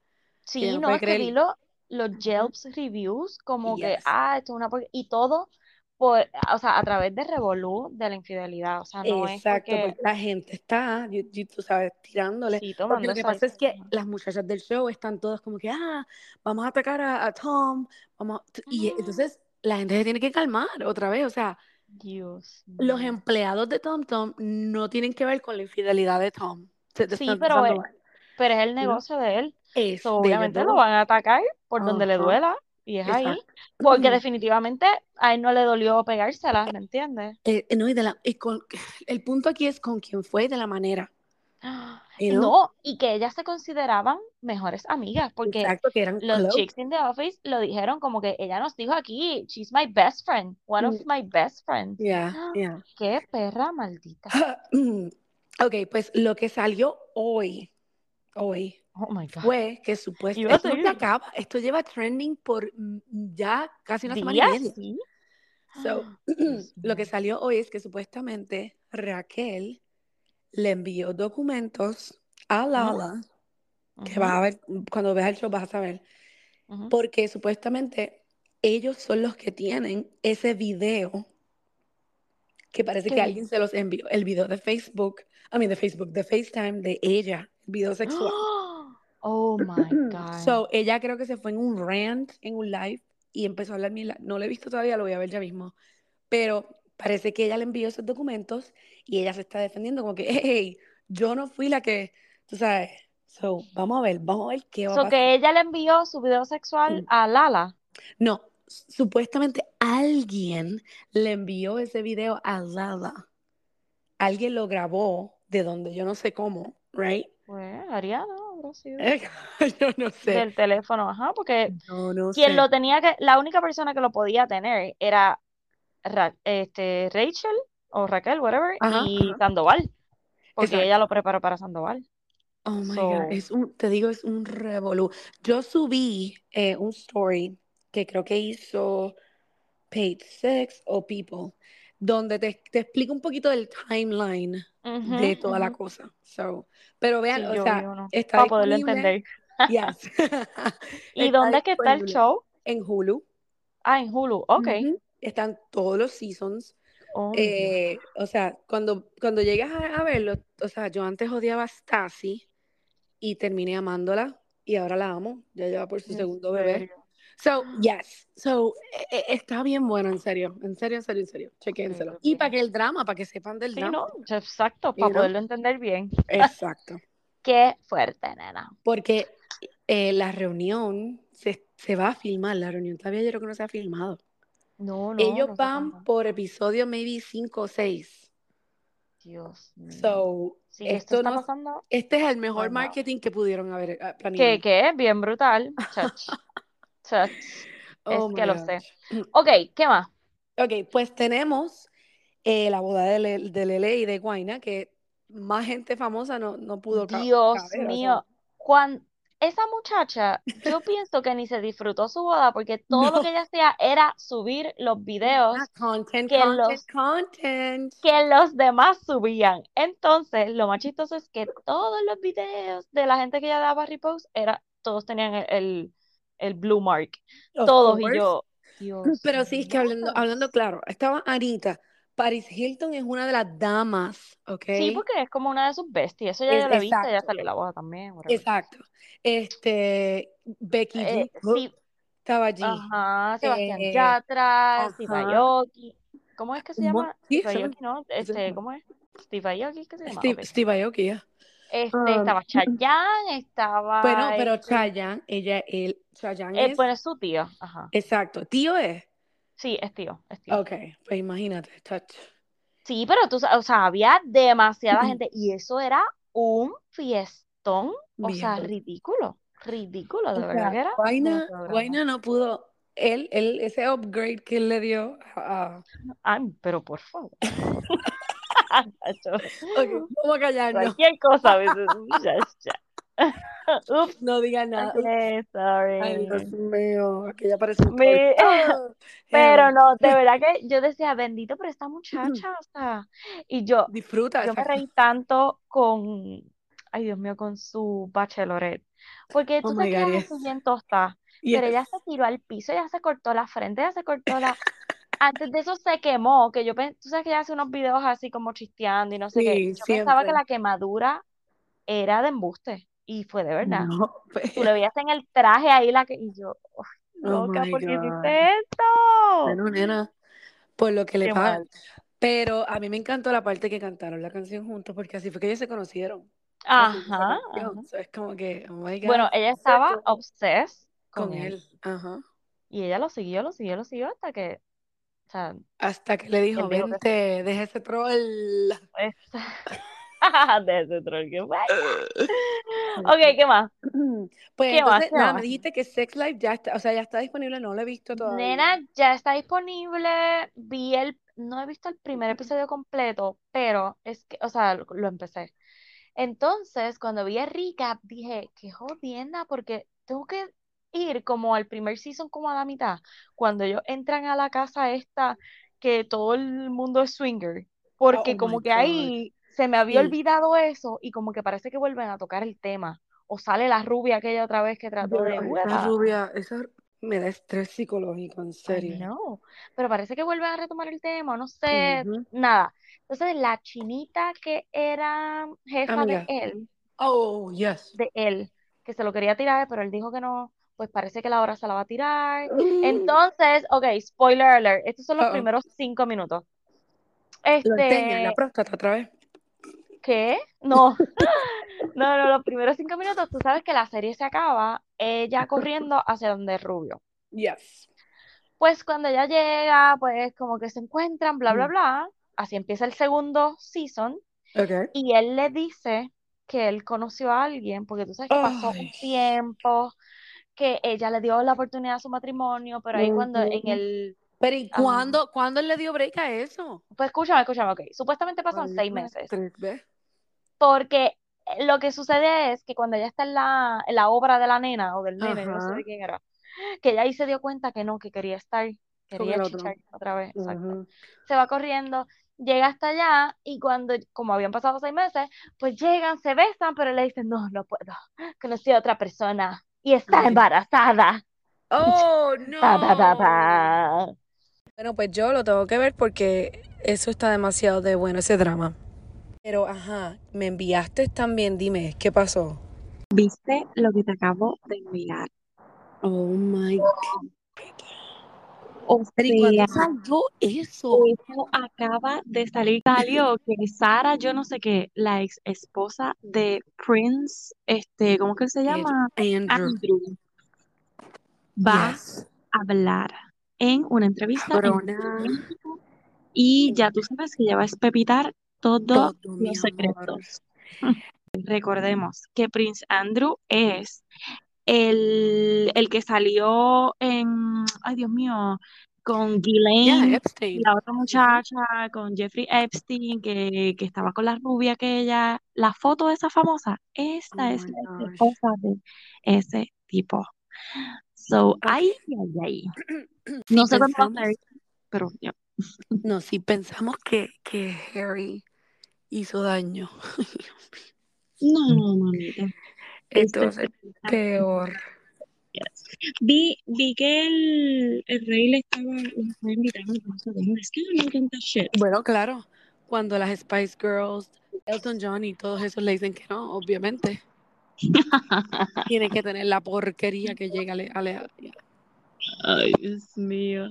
[SPEAKER 1] que ella
[SPEAKER 2] Sí,
[SPEAKER 1] no
[SPEAKER 2] no,
[SPEAKER 1] puede
[SPEAKER 2] es que vi
[SPEAKER 1] creer.
[SPEAKER 2] lo- los
[SPEAKER 1] Ujú.
[SPEAKER 2] Yelps reviews como que,
[SPEAKER 1] Yes,
[SPEAKER 2] ah, esto es una porquería, y todo por, o sea, a través de Revolú de la infidelidad, o sea, Ah, no es
[SPEAKER 1] exacto,
[SPEAKER 2] porque
[SPEAKER 1] porque la gente está, y- y tú sabes, tirándole,
[SPEAKER 2] sí
[SPEAKER 1] porque
[SPEAKER 2] tomando
[SPEAKER 1] lo que
[SPEAKER 2] esa...
[SPEAKER 1] pasa es que las muchachas del show están todas como que, ah, vamos a atacar a, a Tom, vamos, a-". y
[SPEAKER 2] Mm,
[SPEAKER 1] entonces la gente se tiene que calmar otra vez, o sea,
[SPEAKER 2] Dios
[SPEAKER 1] Los em
[SPEAKER 2] mío.
[SPEAKER 1] empleados de TomTom no tienen que ver con la infidelidad de Tom. Se te
[SPEAKER 2] Sí,
[SPEAKER 1] están
[SPEAKER 2] pero
[SPEAKER 1] pasando
[SPEAKER 2] es-
[SPEAKER 1] mal.
[SPEAKER 2] Pero es el
[SPEAKER 1] ¿no?
[SPEAKER 2] negocio de él.
[SPEAKER 1] Es
[SPEAKER 2] So,
[SPEAKER 1] de ellos
[SPEAKER 2] obviamente lo
[SPEAKER 1] dos.
[SPEAKER 2] van a atacar por donde le
[SPEAKER 1] Ajá,
[SPEAKER 2] duela. Y es ahí.
[SPEAKER 1] exacto.
[SPEAKER 2] Porque definitivamente a él no le dolió pegárselas, ¿me entiendes?
[SPEAKER 1] Eh, eh, no, y de la- y con- el punto aquí es con quién fue y de la manera.
[SPEAKER 2] Y
[SPEAKER 1] you know?
[SPEAKER 2] No, y que ellas se consideraban mejores amigas, porque
[SPEAKER 1] Exacto, que eran
[SPEAKER 2] los
[SPEAKER 1] close.
[SPEAKER 2] chicks in the office lo dijeron como que ella nos dijo aquí, she's my best friend, one of
[SPEAKER 1] Mm.
[SPEAKER 2] my best friends.
[SPEAKER 1] Yeah, yeah.
[SPEAKER 2] ¡Qué perra maldita!
[SPEAKER 1] Ok, pues lo que salió hoy, hoy,
[SPEAKER 2] Oh my God.
[SPEAKER 1] fue que supuestamente,
[SPEAKER 2] Iba a
[SPEAKER 1] esto no se
[SPEAKER 2] seguir.
[SPEAKER 1] acaba, esto lleva trending por mm, ya casi una semana y
[SPEAKER 2] ¿Días?
[SPEAKER 1] media.
[SPEAKER 2] Sí. Ah,
[SPEAKER 1] So,
[SPEAKER 2] Dios
[SPEAKER 1] lo que
[SPEAKER 2] mío.
[SPEAKER 1] salió hoy es que supuestamente Raquel le envió documentos a Lala, que vas a ver, cuando veas el show vas a saber,
[SPEAKER 2] Ujú, ujú.
[SPEAKER 1] porque supuestamente ellos son los que tienen ese video que parece
[SPEAKER 2] ¿Qué
[SPEAKER 1] que
[SPEAKER 2] vi?
[SPEAKER 1] alguien se los envió, el video de Facebook, I mean de Facebook, de FaceTime de ella, el video sexual.
[SPEAKER 2] Oh my God.
[SPEAKER 1] So, ella creo que se fue en un rant, en un live, y empezó a hablar. mil- No lo he visto todavía, lo voy a ver ya mismo. Pero parece que ella le envió esos documentos y ella se está defendiendo, como que, hey, yo no fui la que, tú sabes. So, vamos a ver, vamos a ver qué va a
[SPEAKER 2] So
[SPEAKER 1] pasar. Mm.
[SPEAKER 2] que ella le envió su video sexual
[SPEAKER 1] Sí.
[SPEAKER 2] a Lala.
[SPEAKER 1] No, supuestamente alguien le envió ese video a Lala. Alguien lo grabó de donde yo no sé cómo, ¿right?
[SPEAKER 2] Pues, Ariana, habrá sido.
[SPEAKER 1] Yo no sé.
[SPEAKER 2] Del teléfono, ajá, porque
[SPEAKER 1] Yo no
[SPEAKER 2] quien
[SPEAKER 1] sé.
[SPEAKER 2] lo tenía que, la única persona que lo podía tener era Ra- este, Rachel o Raquel, whatever,
[SPEAKER 1] Ajá,
[SPEAKER 2] y
[SPEAKER 1] ajá.
[SPEAKER 2] Sandoval, porque
[SPEAKER 1] Exacto.
[SPEAKER 2] ella lo preparó para Sandoval.
[SPEAKER 1] Oh my God,
[SPEAKER 2] So,
[SPEAKER 1] es un, te digo, es un revolú. Yo subí eh, un story que creo que hizo Page Six o People, donde te, te explico un poquito del timeline
[SPEAKER 2] ujú,
[SPEAKER 1] de toda la
[SPEAKER 2] ujú.
[SPEAKER 1] cosa. So, pero vean,
[SPEAKER 2] Sí,
[SPEAKER 1] o
[SPEAKER 2] yo vi
[SPEAKER 1] sea,
[SPEAKER 2] uno,
[SPEAKER 1] está
[SPEAKER 2] para poderlo
[SPEAKER 1] disponible.
[SPEAKER 2] entender.
[SPEAKER 1] Yes.
[SPEAKER 2] ¿Y
[SPEAKER 1] Está
[SPEAKER 2] dónde es que está el
[SPEAKER 1] disponible
[SPEAKER 2] show?
[SPEAKER 1] en Hulu.
[SPEAKER 2] Ah, en Hulu, ok.
[SPEAKER 1] Ujú. Están todos los seasons.
[SPEAKER 2] Oh, mi Dios.
[SPEAKER 1] Eh, o sea, cuando, cuando llegas a, a verlo, o sea, yo antes odiaba a Stacy y terminé amándola y ahora la amo. Ya lleva por su
[SPEAKER 2] En
[SPEAKER 1] segundo bebé. Pues
[SPEAKER 2] serio.
[SPEAKER 1] So, yes. So, e- e- está bien bueno, en serio. En serio, en serio, en serio.
[SPEAKER 2] Ok,
[SPEAKER 1] Chequénselo. Y para
[SPEAKER 2] ok.
[SPEAKER 1] que el drama, para que sepan del
[SPEAKER 2] Sí,
[SPEAKER 1] drama.
[SPEAKER 2] no, exacto,
[SPEAKER 1] you
[SPEAKER 2] para
[SPEAKER 1] know?
[SPEAKER 2] poderlo entender bien.
[SPEAKER 1] Exacto.
[SPEAKER 2] Qué fuerte, nena.
[SPEAKER 1] Porque eh, la reunión se, se va a filmar. La reunión todavía yo creo que no se ha filmado.
[SPEAKER 2] No, no,
[SPEAKER 1] Ellos
[SPEAKER 2] no se
[SPEAKER 1] van
[SPEAKER 2] filmó.
[SPEAKER 1] por episodio maybe 5 o 6.
[SPEAKER 2] Dios mío.
[SPEAKER 1] So,
[SPEAKER 2] Mm. Sí, esto
[SPEAKER 1] esto
[SPEAKER 2] está
[SPEAKER 1] no,
[SPEAKER 2] pasando.
[SPEAKER 1] este es el
[SPEAKER 2] Oh,
[SPEAKER 1] mejor
[SPEAKER 2] wow.
[SPEAKER 1] marketing que pudieron haber eh,
[SPEAKER 2] Que,
[SPEAKER 1] planeado.
[SPEAKER 2] que, bien brutal. Chach, chach.
[SPEAKER 1] Oh
[SPEAKER 2] Es que
[SPEAKER 1] my
[SPEAKER 2] lo sé.
[SPEAKER 1] gosh.
[SPEAKER 2] Ok, ¿qué más?
[SPEAKER 1] Ok, pues tenemos eh, la boda de, Le- de Lele y de Guaina, que más gente famosa no, no pudo ca-
[SPEAKER 2] Dios
[SPEAKER 1] caber. o sea,
[SPEAKER 2] mío. Cuan- Esa muchacha, yo pienso que ni se disfrutó su boda porque todo lo que
[SPEAKER 1] no.
[SPEAKER 2] ella hacía era subir los
[SPEAKER 1] Yeah,
[SPEAKER 2] videos
[SPEAKER 1] Content,
[SPEAKER 2] que
[SPEAKER 1] content,
[SPEAKER 2] los,
[SPEAKER 1] content.
[SPEAKER 2] que los demás subían. Entonces, lo más chistoso es que todos los videos de la gente que ella daba repost era, todos tenían el, el, el blue mark.
[SPEAKER 1] Of
[SPEAKER 2] Todos y
[SPEAKER 1] course.
[SPEAKER 2] yo, Dios
[SPEAKER 1] Pero sí, es que hablando, ah,
[SPEAKER 2] mío.
[SPEAKER 1] hablando claro, estaba Anita. Paris Hilton es una de las damas, ¿ok?
[SPEAKER 2] Sí,
[SPEAKER 1] Es,
[SPEAKER 2] porque es como una de sus besties. Eso ya yo lo he visto, ya
[SPEAKER 1] exacto,
[SPEAKER 2] salió la boda también, whatever.
[SPEAKER 1] exacto. Este, Becky
[SPEAKER 2] Eh,
[SPEAKER 1] G. Hook
[SPEAKER 2] sí,
[SPEAKER 1] estaba allí.
[SPEAKER 2] ajá, Sebastián
[SPEAKER 1] Eh,
[SPEAKER 2] Yatra, Steve
[SPEAKER 1] ajá.
[SPEAKER 2] Aoki. ¿Cómo es que se
[SPEAKER 1] Un mon-
[SPEAKER 2] llama?
[SPEAKER 1] sí,
[SPEAKER 2] Steve Aoki, ¿no?
[SPEAKER 1] se
[SPEAKER 2] Este,
[SPEAKER 1] llama-
[SPEAKER 2] ¿cómo es? Steve Aoki, ¿qué se llama?
[SPEAKER 1] Steve,
[SPEAKER 2] Ok.
[SPEAKER 1] Steve Aoki, ya.
[SPEAKER 2] Este,
[SPEAKER 1] Um,
[SPEAKER 2] estaba Chayanne,
[SPEAKER 1] Bueno,
[SPEAKER 2] estaba
[SPEAKER 1] pero
[SPEAKER 2] este,
[SPEAKER 1] Chayanne, ella, él, Chayanne
[SPEAKER 2] eh,
[SPEAKER 1] es,
[SPEAKER 2] bueno, es su tío, ajá.
[SPEAKER 1] exacto, tío es.
[SPEAKER 2] Sí, es tío, es tío.
[SPEAKER 1] Ok, pues imagínate, touch.
[SPEAKER 2] Sí, pero tú, sa- o sea, había demasiada gente y eso era un fiestón, o sea,
[SPEAKER 1] Bien.
[SPEAKER 2] ridículo, ridículo,
[SPEAKER 1] O
[SPEAKER 2] de verdad que
[SPEAKER 1] sea,
[SPEAKER 2] era
[SPEAKER 1] Guaina,
[SPEAKER 2] demasiado grande.
[SPEAKER 1] Guaina no pudo, él, él, ese upgrade que él le dio a... a-
[SPEAKER 2] Ay, pero por favor. Chacho,
[SPEAKER 1] Ok, vamos a callarnos,
[SPEAKER 2] Cualquier cosa a veces, muchacha. Ups,
[SPEAKER 1] no diga nada. Ups.
[SPEAKER 2] ok,
[SPEAKER 1] Ay, Dios
[SPEAKER 2] Eh, sorry.
[SPEAKER 1] mío, aquella parece un troll.
[SPEAKER 2] Me-
[SPEAKER 1] ¡Ah!
[SPEAKER 2] eh, Pero
[SPEAKER 1] Anyway,
[SPEAKER 2] no, de verdad que yo decía, bendito por esta muchacha, o sea, y yo,
[SPEAKER 1] disfruta,
[SPEAKER 2] yo me
[SPEAKER 1] exacto.
[SPEAKER 2] reí tanto con, ay Dios mío, con su bachelorette, porque
[SPEAKER 1] Oh
[SPEAKER 2] tú sabes
[SPEAKER 1] my
[SPEAKER 2] que
[SPEAKER 1] God,
[SPEAKER 2] ella
[SPEAKER 1] yes,
[SPEAKER 2] es bien tostada, pero ella se
[SPEAKER 1] yes.
[SPEAKER 2] tiró al piso, ella se cortó la frente, ella se cortó la, antes de eso se quemó, que yo, pen- tú sabes que ella hace unos videos así como chisteando y no sé qué,
[SPEAKER 1] Sí,
[SPEAKER 2] yo pensaba que
[SPEAKER 1] siempre.
[SPEAKER 2] la quemadura era de embuste, y fue de verdad,
[SPEAKER 1] No, pues,
[SPEAKER 2] tú le
[SPEAKER 1] pero-
[SPEAKER 2] veías en el traje ahí la que, y yo,
[SPEAKER 1] Eh, oh
[SPEAKER 2] loca,
[SPEAKER 1] my
[SPEAKER 2] ¿por qué
[SPEAKER 1] God.
[SPEAKER 2] hiciste esto?
[SPEAKER 1] Bueno, nena. por lo que le
[SPEAKER 2] Oh. Qué
[SPEAKER 1] pagan.
[SPEAKER 2] mal.
[SPEAKER 1] Pero a mí me encantó la parte que cantaron la canción juntos, porque así fue que ellos se conocieron. haciendo esa
[SPEAKER 2] Ajá.
[SPEAKER 1] canción.
[SPEAKER 2] ajá.
[SPEAKER 1] So, es como que, oh my God,
[SPEAKER 2] Bueno, ella estaba obsessed
[SPEAKER 1] con él. Ajá.
[SPEAKER 2] Y ella lo siguió, lo siguió, lo siguió hasta que, o sea,
[SPEAKER 1] Hasta que le dijo,
[SPEAKER 2] Él dijo que-
[SPEAKER 1] vente, deja ese troll.
[SPEAKER 2] esa- de ese troll que fue.
[SPEAKER 1] Sí.
[SPEAKER 2] Ok, ¿qué más?
[SPEAKER 1] Pues
[SPEAKER 2] ¿Qué más?
[SPEAKER 1] entonces,
[SPEAKER 2] ¿Qué
[SPEAKER 1] nada, me
[SPEAKER 2] más?
[SPEAKER 1] dijiste que Sex Life ya está, o sea, ya está disponible, no lo he visto todavía.
[SPEAKER 2] Nena, ya está disponible. Vi el, no he visto el primer episodio completo, pero es que, o sea, lo, lo empecé. Entonces, cuando vi el recap, dije, qué jodienda, porque tengo que ir como al primer season, como a la mitad, cuando ellos entran a la casa esta, que todo el mundo es swinger,
[SPEAKER 1] Oh,
[SPEAKER 2] porque
[SPEAKER 1] my
[SPEAKER 2] como que
[SPEAKER 1] God.
[SPEAKER 2] ahí se me había
[SPEAKER 1] Sí,
[SPEAKER 2] olvidado eso y como que parece que vuelven a tocar el tema, o sale la rubia aquella otra vez que trató
[SPEAKER 1] yo-
[SPEAKER 2] de,
[SPEAKER 1] ay, esa
[SPEAKER 2] "Uepa".
[SPEAKER 1] rubia, esa me da estrés psicológico, en
[SPEAKER 2] I
[SPEAKER 1] serio.
[SPEAKER 2] know, pero parece que vuelven a retomar el tema, no sé,
[SPEAKER 1] Ujú.
[SPEAKER 2] nada. Entonces, la chinita que era jefa de
[SPEAKER 1] Amiga,
[SPEAKER 2] él,
[SPEAKER 1] oh, yes.
[SPEAKER 2] de él, que se lo quería tirar, pero él dijo que no, pues parece que la hora se la va a tirar.
[SPEAKER 1] Uh-oh.
[SPEAKER 2] Entonces, ok, spoiler alert, estos son los
[SPEAKER 1] Lo
[SPEAKER 2] primeros cinco minutos.
[SPEAKER 1] enseñan, la
[SPEAKER 2] Este,
[SPEAKER 1] próstata otra vez.
[SPEAKER 2] ¿Qué? No, no, no, los primeros cinco minutos, tú sabes que la serie se acaba, ella corriendo hacia donde es Rubio.
[SPEAKER 1] Yes.
[SPEAKER 2] Pues cuando ella llega, pues como que se encuentran, bla, bla,
[SPEAKER 1] Mm.
[SPEAKER 2] bla. Así empieza el segundo season
[SPEAKER 1] Okay.
[SPEAKER 2] y él le dice que él conoció a alguien, porque tú sabes que pasó un
[SPEAKER 1] Ay.
[SPEAKER 2] tiempo, que ella le dio la oportunidad a su matrimonio, pero ahí cuando en
[SPEAKER 1] Ujú.
[SPEAKER 2] el...
[SPEAKER 1] Pero ¿y
[SPEAKER 2] am,
[SPEAKER 1] cuándo, cuándo él le dio break a eso?
[SPEAKER 2] pues escúchame, escúchame, ok. Supuestamente pasan
[SPEAKER 1] Ay, es
[SPEAKER 2] seis
[SPEAKER 1] una
[SPEAKER 2] meses,
[SPEAKER 1] estrés, pues, ¿ves?
[SPEAKER 2] porque eh, lo que sucede es que cuando ella está en la, en la obra de la nena o del nene, yo no sé
[SPEAKER 1] Ajá,
[SPEAKER 2] de quién era, que ella ahí se dio cuenta que no, que quería estar,
[SPEAKER 1] con
[SPEAKER 2] quería
[SPEAKER 1] el otro.
[SPEAKER 2] chichar otra vez, exacto.
[SPEAKER 1] Ujú.
[SPEAKER 2] Se va corriendo, llega hasta allá y cuando, como habían pasado seis meses, pues llegan, se besan, pero le dicen, no, no puedo, conocí a otra persona y está
[SPEAKER 1] Ay.
[SPEAKER 2] embarazada.
[SPEAKER 1] Oh,
[SPEAKER 2] Pa, pa, pa,
[SPEAKER 1] no.
[SPEAKER 2] pa.
[SPEAKER 1] Bueno, pues yo lo tengo que ver porque eso está demasiado de bueno, ese drama. Pero, ajá, me enviaste también, dime, ¿qué pasó?
[SPEAKER 3] ¿Viste lo que te acabo de enviar?
[SPEAKER 1] Oh my God.
[SPEAKER 3] O
[SPEAKER 1] Pero ¿y cuándo
[SPEAKER 3] sea,
[SPEAKER 1] salió eso?
[SPEAKER 3] eso acaba de salir. Salió que Sara, yo no sé qué, la ex esposa de Prince, este, ¿cómo que se
[SPEAKER 1] Ed-
[SPEAKER 3] llama?
[SPEAKER 1] Andrew.
[SPEAKER 3] Andrew, va
[SPEAKER 1] Yes.
[SPEAKER 3] a hablar en una entrevista en
[SPEAKER 1] Corona.
[SPEAKER 3] Telemundo y ya tú sabes que ya va a espepitar todos
[SPEAKER 1] Todo, mi
[SPEAKER 3] los
[SPEAKER 1] amor.
[SPEAKER 3] secretos. Recordemos que Prince Andrew es El, el que salió en, ay Dios mío, con
[SPEAKER 1] Yeah,
[SPEAKER 3] Ghislaine, y
[SPEAKER 1] Epstein.
[SPEAKER 3] la otra
[SPEAKER 1] Ujú.
[SPEAKER 3] muchacha, con Jeffrey Epstein, que, que estaba con la rubia aquella, la foto de esa famosa,
[SPEAKER 1] Oh
[SPEAKER 3] esta es
[SPEAKER 1] my
[SPEAKER 3] la
[SPEAKER 1] gosh.
[SPEAKER 3] esposa de ese tipo. So, ay,
[SPEAKER 1] Okay.
[SPEAKER 3] ay, ay.
[SPEAKER 1] Si
[SPEAKER 3] No sé cuándo va a salir,
[SPEAKER 1] pensamos,
[SPEAKER 3] pero yo-
[SPEAKER 1] no, si pensamos que, que Harry hizo daño,
[SPEAKER 3] No, no, mamita.
[SPEAKER 1] Este
[SPEAKER 3] Esto es
[SPEAKER 1] entonces peor.
[SPEAKER 3] Vi, vi que el, el rey le estaba, le estaba invitando, no sé dónde, es que yo no entiendo shit.
[SPEAKER 1] Bueno, claro, cuando las Spice Girls, Elton John y todos esos le dicen que no, obviamente. Tiene que tener la porquería que llega a le- a le-
[SPEAKER 3] Ay, Dios mío.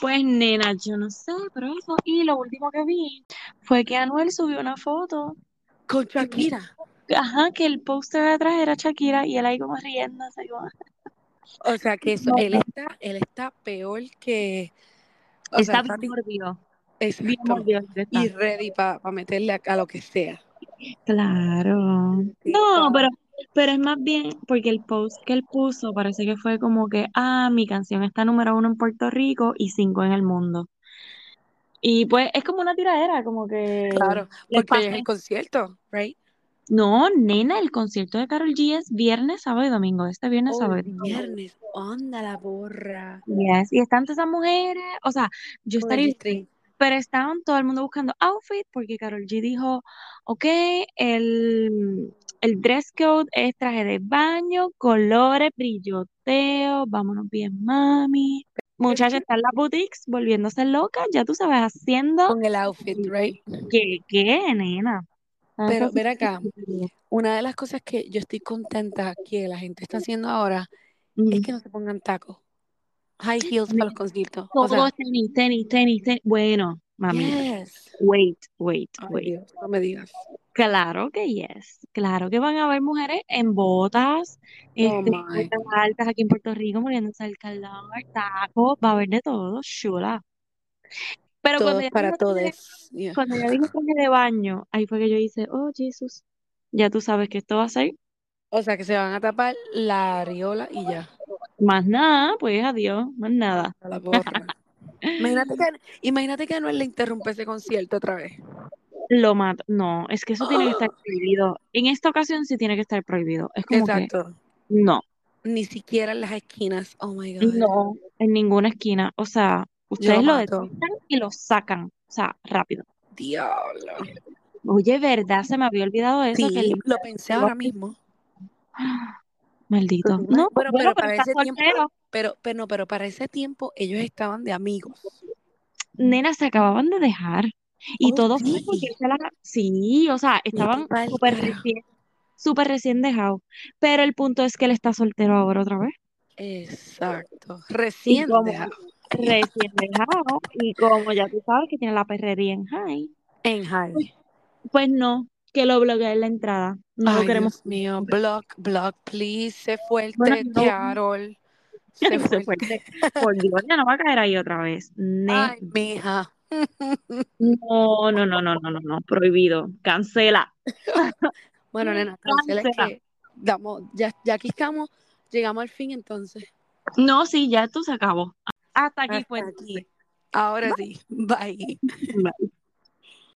[SPEAKER 3] Pues nena, yo no sé, pero eso. Y lo último que vi fue que Anuel subió una foto
[SPEAKER 1] con
[SPEAKER 3] que,
[SPEAKER 1] Shakira.
[SPEAKER 3] ajá, que el póster de atrás era Shakira y él ahí como riéndose. Como...
[SPEAKER 1] O sea que eso,
[SPEAKER 3] No,
[SPEAKER 1] él está, él está peor que, o sea,
[SPEAKER 3] Está
[SPEAKER 1] está
[SPEAKER 3] bien
[SPEAKER 1] ti-
[SPEAKER 3] mordido, bien
[SPEAKER 1] exacto.
[SPEAKER 3] mordido él
[SPEAKER 1] Y
[SPEAKER 3] está.
[SPEAKER 1] ready para meterle a, a lo que sea.
[SPEAKER 3] Claro. No,
[SPEAKER 1] Bendita.
[SPEAKER 3] pero, pero es más bien porque el post que él puso parece que fue como que, ah, mi canción está número uno en Puerto Rico y cinco en el mundo. Y pues es como una tiradera, como que
[SPEAKER 1] Claro,
[SPEAKER 3] les
[SPEAKER 1] porque hoy es
[SPEAKER 3] pasa
[SPEAKER 1] el concierto, right?
[SPEAKER 3] No, nena, el concierto de Carol G es viernes, sábado y domingo. Este
[SPEAKER 1] Oh,
[SPEAKER 3] viernes,
[SPEAKER 1] el
[SPEAKER 3] sábado y domingo.
[SPEAKER 1] viernes, onda la borra.
[SPEAKER 3] Yes, Y están todas esas mujeres, o sea, yo
[SPEAKER 1] Con el
[SPEAKER 3] estaría,
[SPEAKER 1] G-string.
[SPEAKER 3] pero estaban todo el mundo buscando outfit porque Carol G dijo, ok, el, el dress code es traje de baño, colores, brilloteo, vámonos bien, mami. Muchachas, están las boutiques volviéndose locas, ya tú sabes, haciendo
[SPEAKER 1] Con el outfit, right?
[SPEAKER 3] que, qué, nena. Están
[SPEAKER 1] Pero
[SPEAKER 3] haciendo-
[SPEAKER 1] ven acá, una de las cosas que yo estoy contenta que la gente está haciendo ahora es
[SPEAKER 3] Ujú.
[SPEAKER 1] que no se pongan tacos. High heels para los conciertos.
[SPEAKER 3] Todo
[SPEAKER 1] O sea,
[SPEAKER 3] tenis, tenis, tenis, tenis. Bueno, mami,
[SPEAKER 1] yes.
[SPEAKER 3] wait, wait,
[SPEAKER 1] Ay,
[SPEAKER 3] wait.
[SPEAKER 1] Dios, no me digas.
[SPEAKER 3] Claro que yes. Claro que van a haber mujeres en botas,
[SPEAKER 1] Oh,
[SPEAKER 3] este,
[SPEAKER 1] my.
[SPEAKER 3] botas altas aquí en Puerto Rico, muriéndose del calor, tacos, va a haber de todo, chula. Pero cuando
[SPEAKER 1] Todos
[SPEAKER 3] ya
[SPEAKER 1] para
[SPEAKER 3] dijo traje de-
[SPEAKER 1] todos. Yeah.
[SPEAKER 3] cuando ya dijo traje de baño, ahí fue que yo hice, oh, Jesús, ya tú sabes que esto va a ser
[SPEAKER 1] O sea que se van a tapar la areola y ya.
[SPEAKER 3] más nada, pues adiós, más nada.
[SPEAKER 1] a la boca. Imagínate que, imagínate que Anuel le interrumpe ese concierto otra vez.
[SPEAKER 3] Lo mato. No, es que eso tiene que estar prohibido. En esta ocasión sí tiene que estar prohibido. Es como que
[SPEAKER 1] Exacto.
[SPEAKER 3] no,
[SPEAKER 1] Ni siquiera en las esquinas. Oh my God.
[SPEAKER 3] no, en ninguna esquina. O sea, ustedes lo
[SPEAKER 1] mato.
[SPEAKER 3] detectan y lo sacan. O sea, rápido.
[SPEAKER 1] Diablo.
[SPEAKER 3] Oye, ¿verdad? Se me había olvidado eso. Que
[SPEAKER 1] Sí,
[SPEAKER 3] el-
[SPEAKER 1] lo pensé ahora mismo.
[SPEAKER 3] Maldito. No,
[SPEAKER 1] Pues, Bueno, pero para
[SPEAKER 3] está
[SPEAKER 1] ese tiempo-
[SPEAKER 3] soltero.
[SPEAKER 1] Pero, pero no, pero para ese tiempo ellos estaban de amigos.
[SPEAKER 3] Nena, se acababan de dejar. Y
[SPEAKER 1] Oh,
[SPEAKER 3] todo fue
[SPEAKER 1] sí.
[SPEAKER 3] porque él se la- Sí, o sea, estaban
[SPEAKER 1] Vete pa'l
[SPEAKER 3] súper
[SPEAKER 1] carajo.
[SPEAKER 3] recién, súper recién dejados. Pero el punto es que él está soltero ahora otra vez.
[SPEAKER 1] Exacto.
[SPEAKER 3] Y
[SPEAKER 1] Recién
[SPEAKER 3] como
[SPEAKER 1] dejado.
[SPEAKER 3] recién dejado, y como ya tú sabes que tiene la perrería en high,
[SPEAKER 1] En high.
[SPEAKER 3] pues no, que lo bloqueé en la entrada. No lo
[SPEAKER 1] Ay,
[SPEAKER 3] queremos.
[SPEAKER 1] Dios mío. Block, block, please. Sé
[SPEAKER 3] Bueno,
[SPEAKER 1] fuerte,
[SPEAKER 3] no,
[SPEAKER 1] Carol. Sé fuerte.
[SPEAKER 3] se fuerte. Por Dios, ya no va a caer ahí otra vez. Ne-
[SPEAKER 1] Ay, mija.
[SPEAKER 3] no, no, no, no, no, no, no, prohibido. Cancela.
[SPEAKER 1] Bueno, nena, cancela es
[SPEAKER 3] Cancela.
[SPEAKER 1] que damos, ya, ya aquí estamos, llegamos al fin entonces.
[SPEAKER 3] No, sí, ya esto se acabó. Hasta aquí
[SPEAKER 1] Hasta
[SPEAKER 3] fue.
[SPEAKER 1] aquí. Ahora sí. Bye.
[SPEAKER 3] Bye.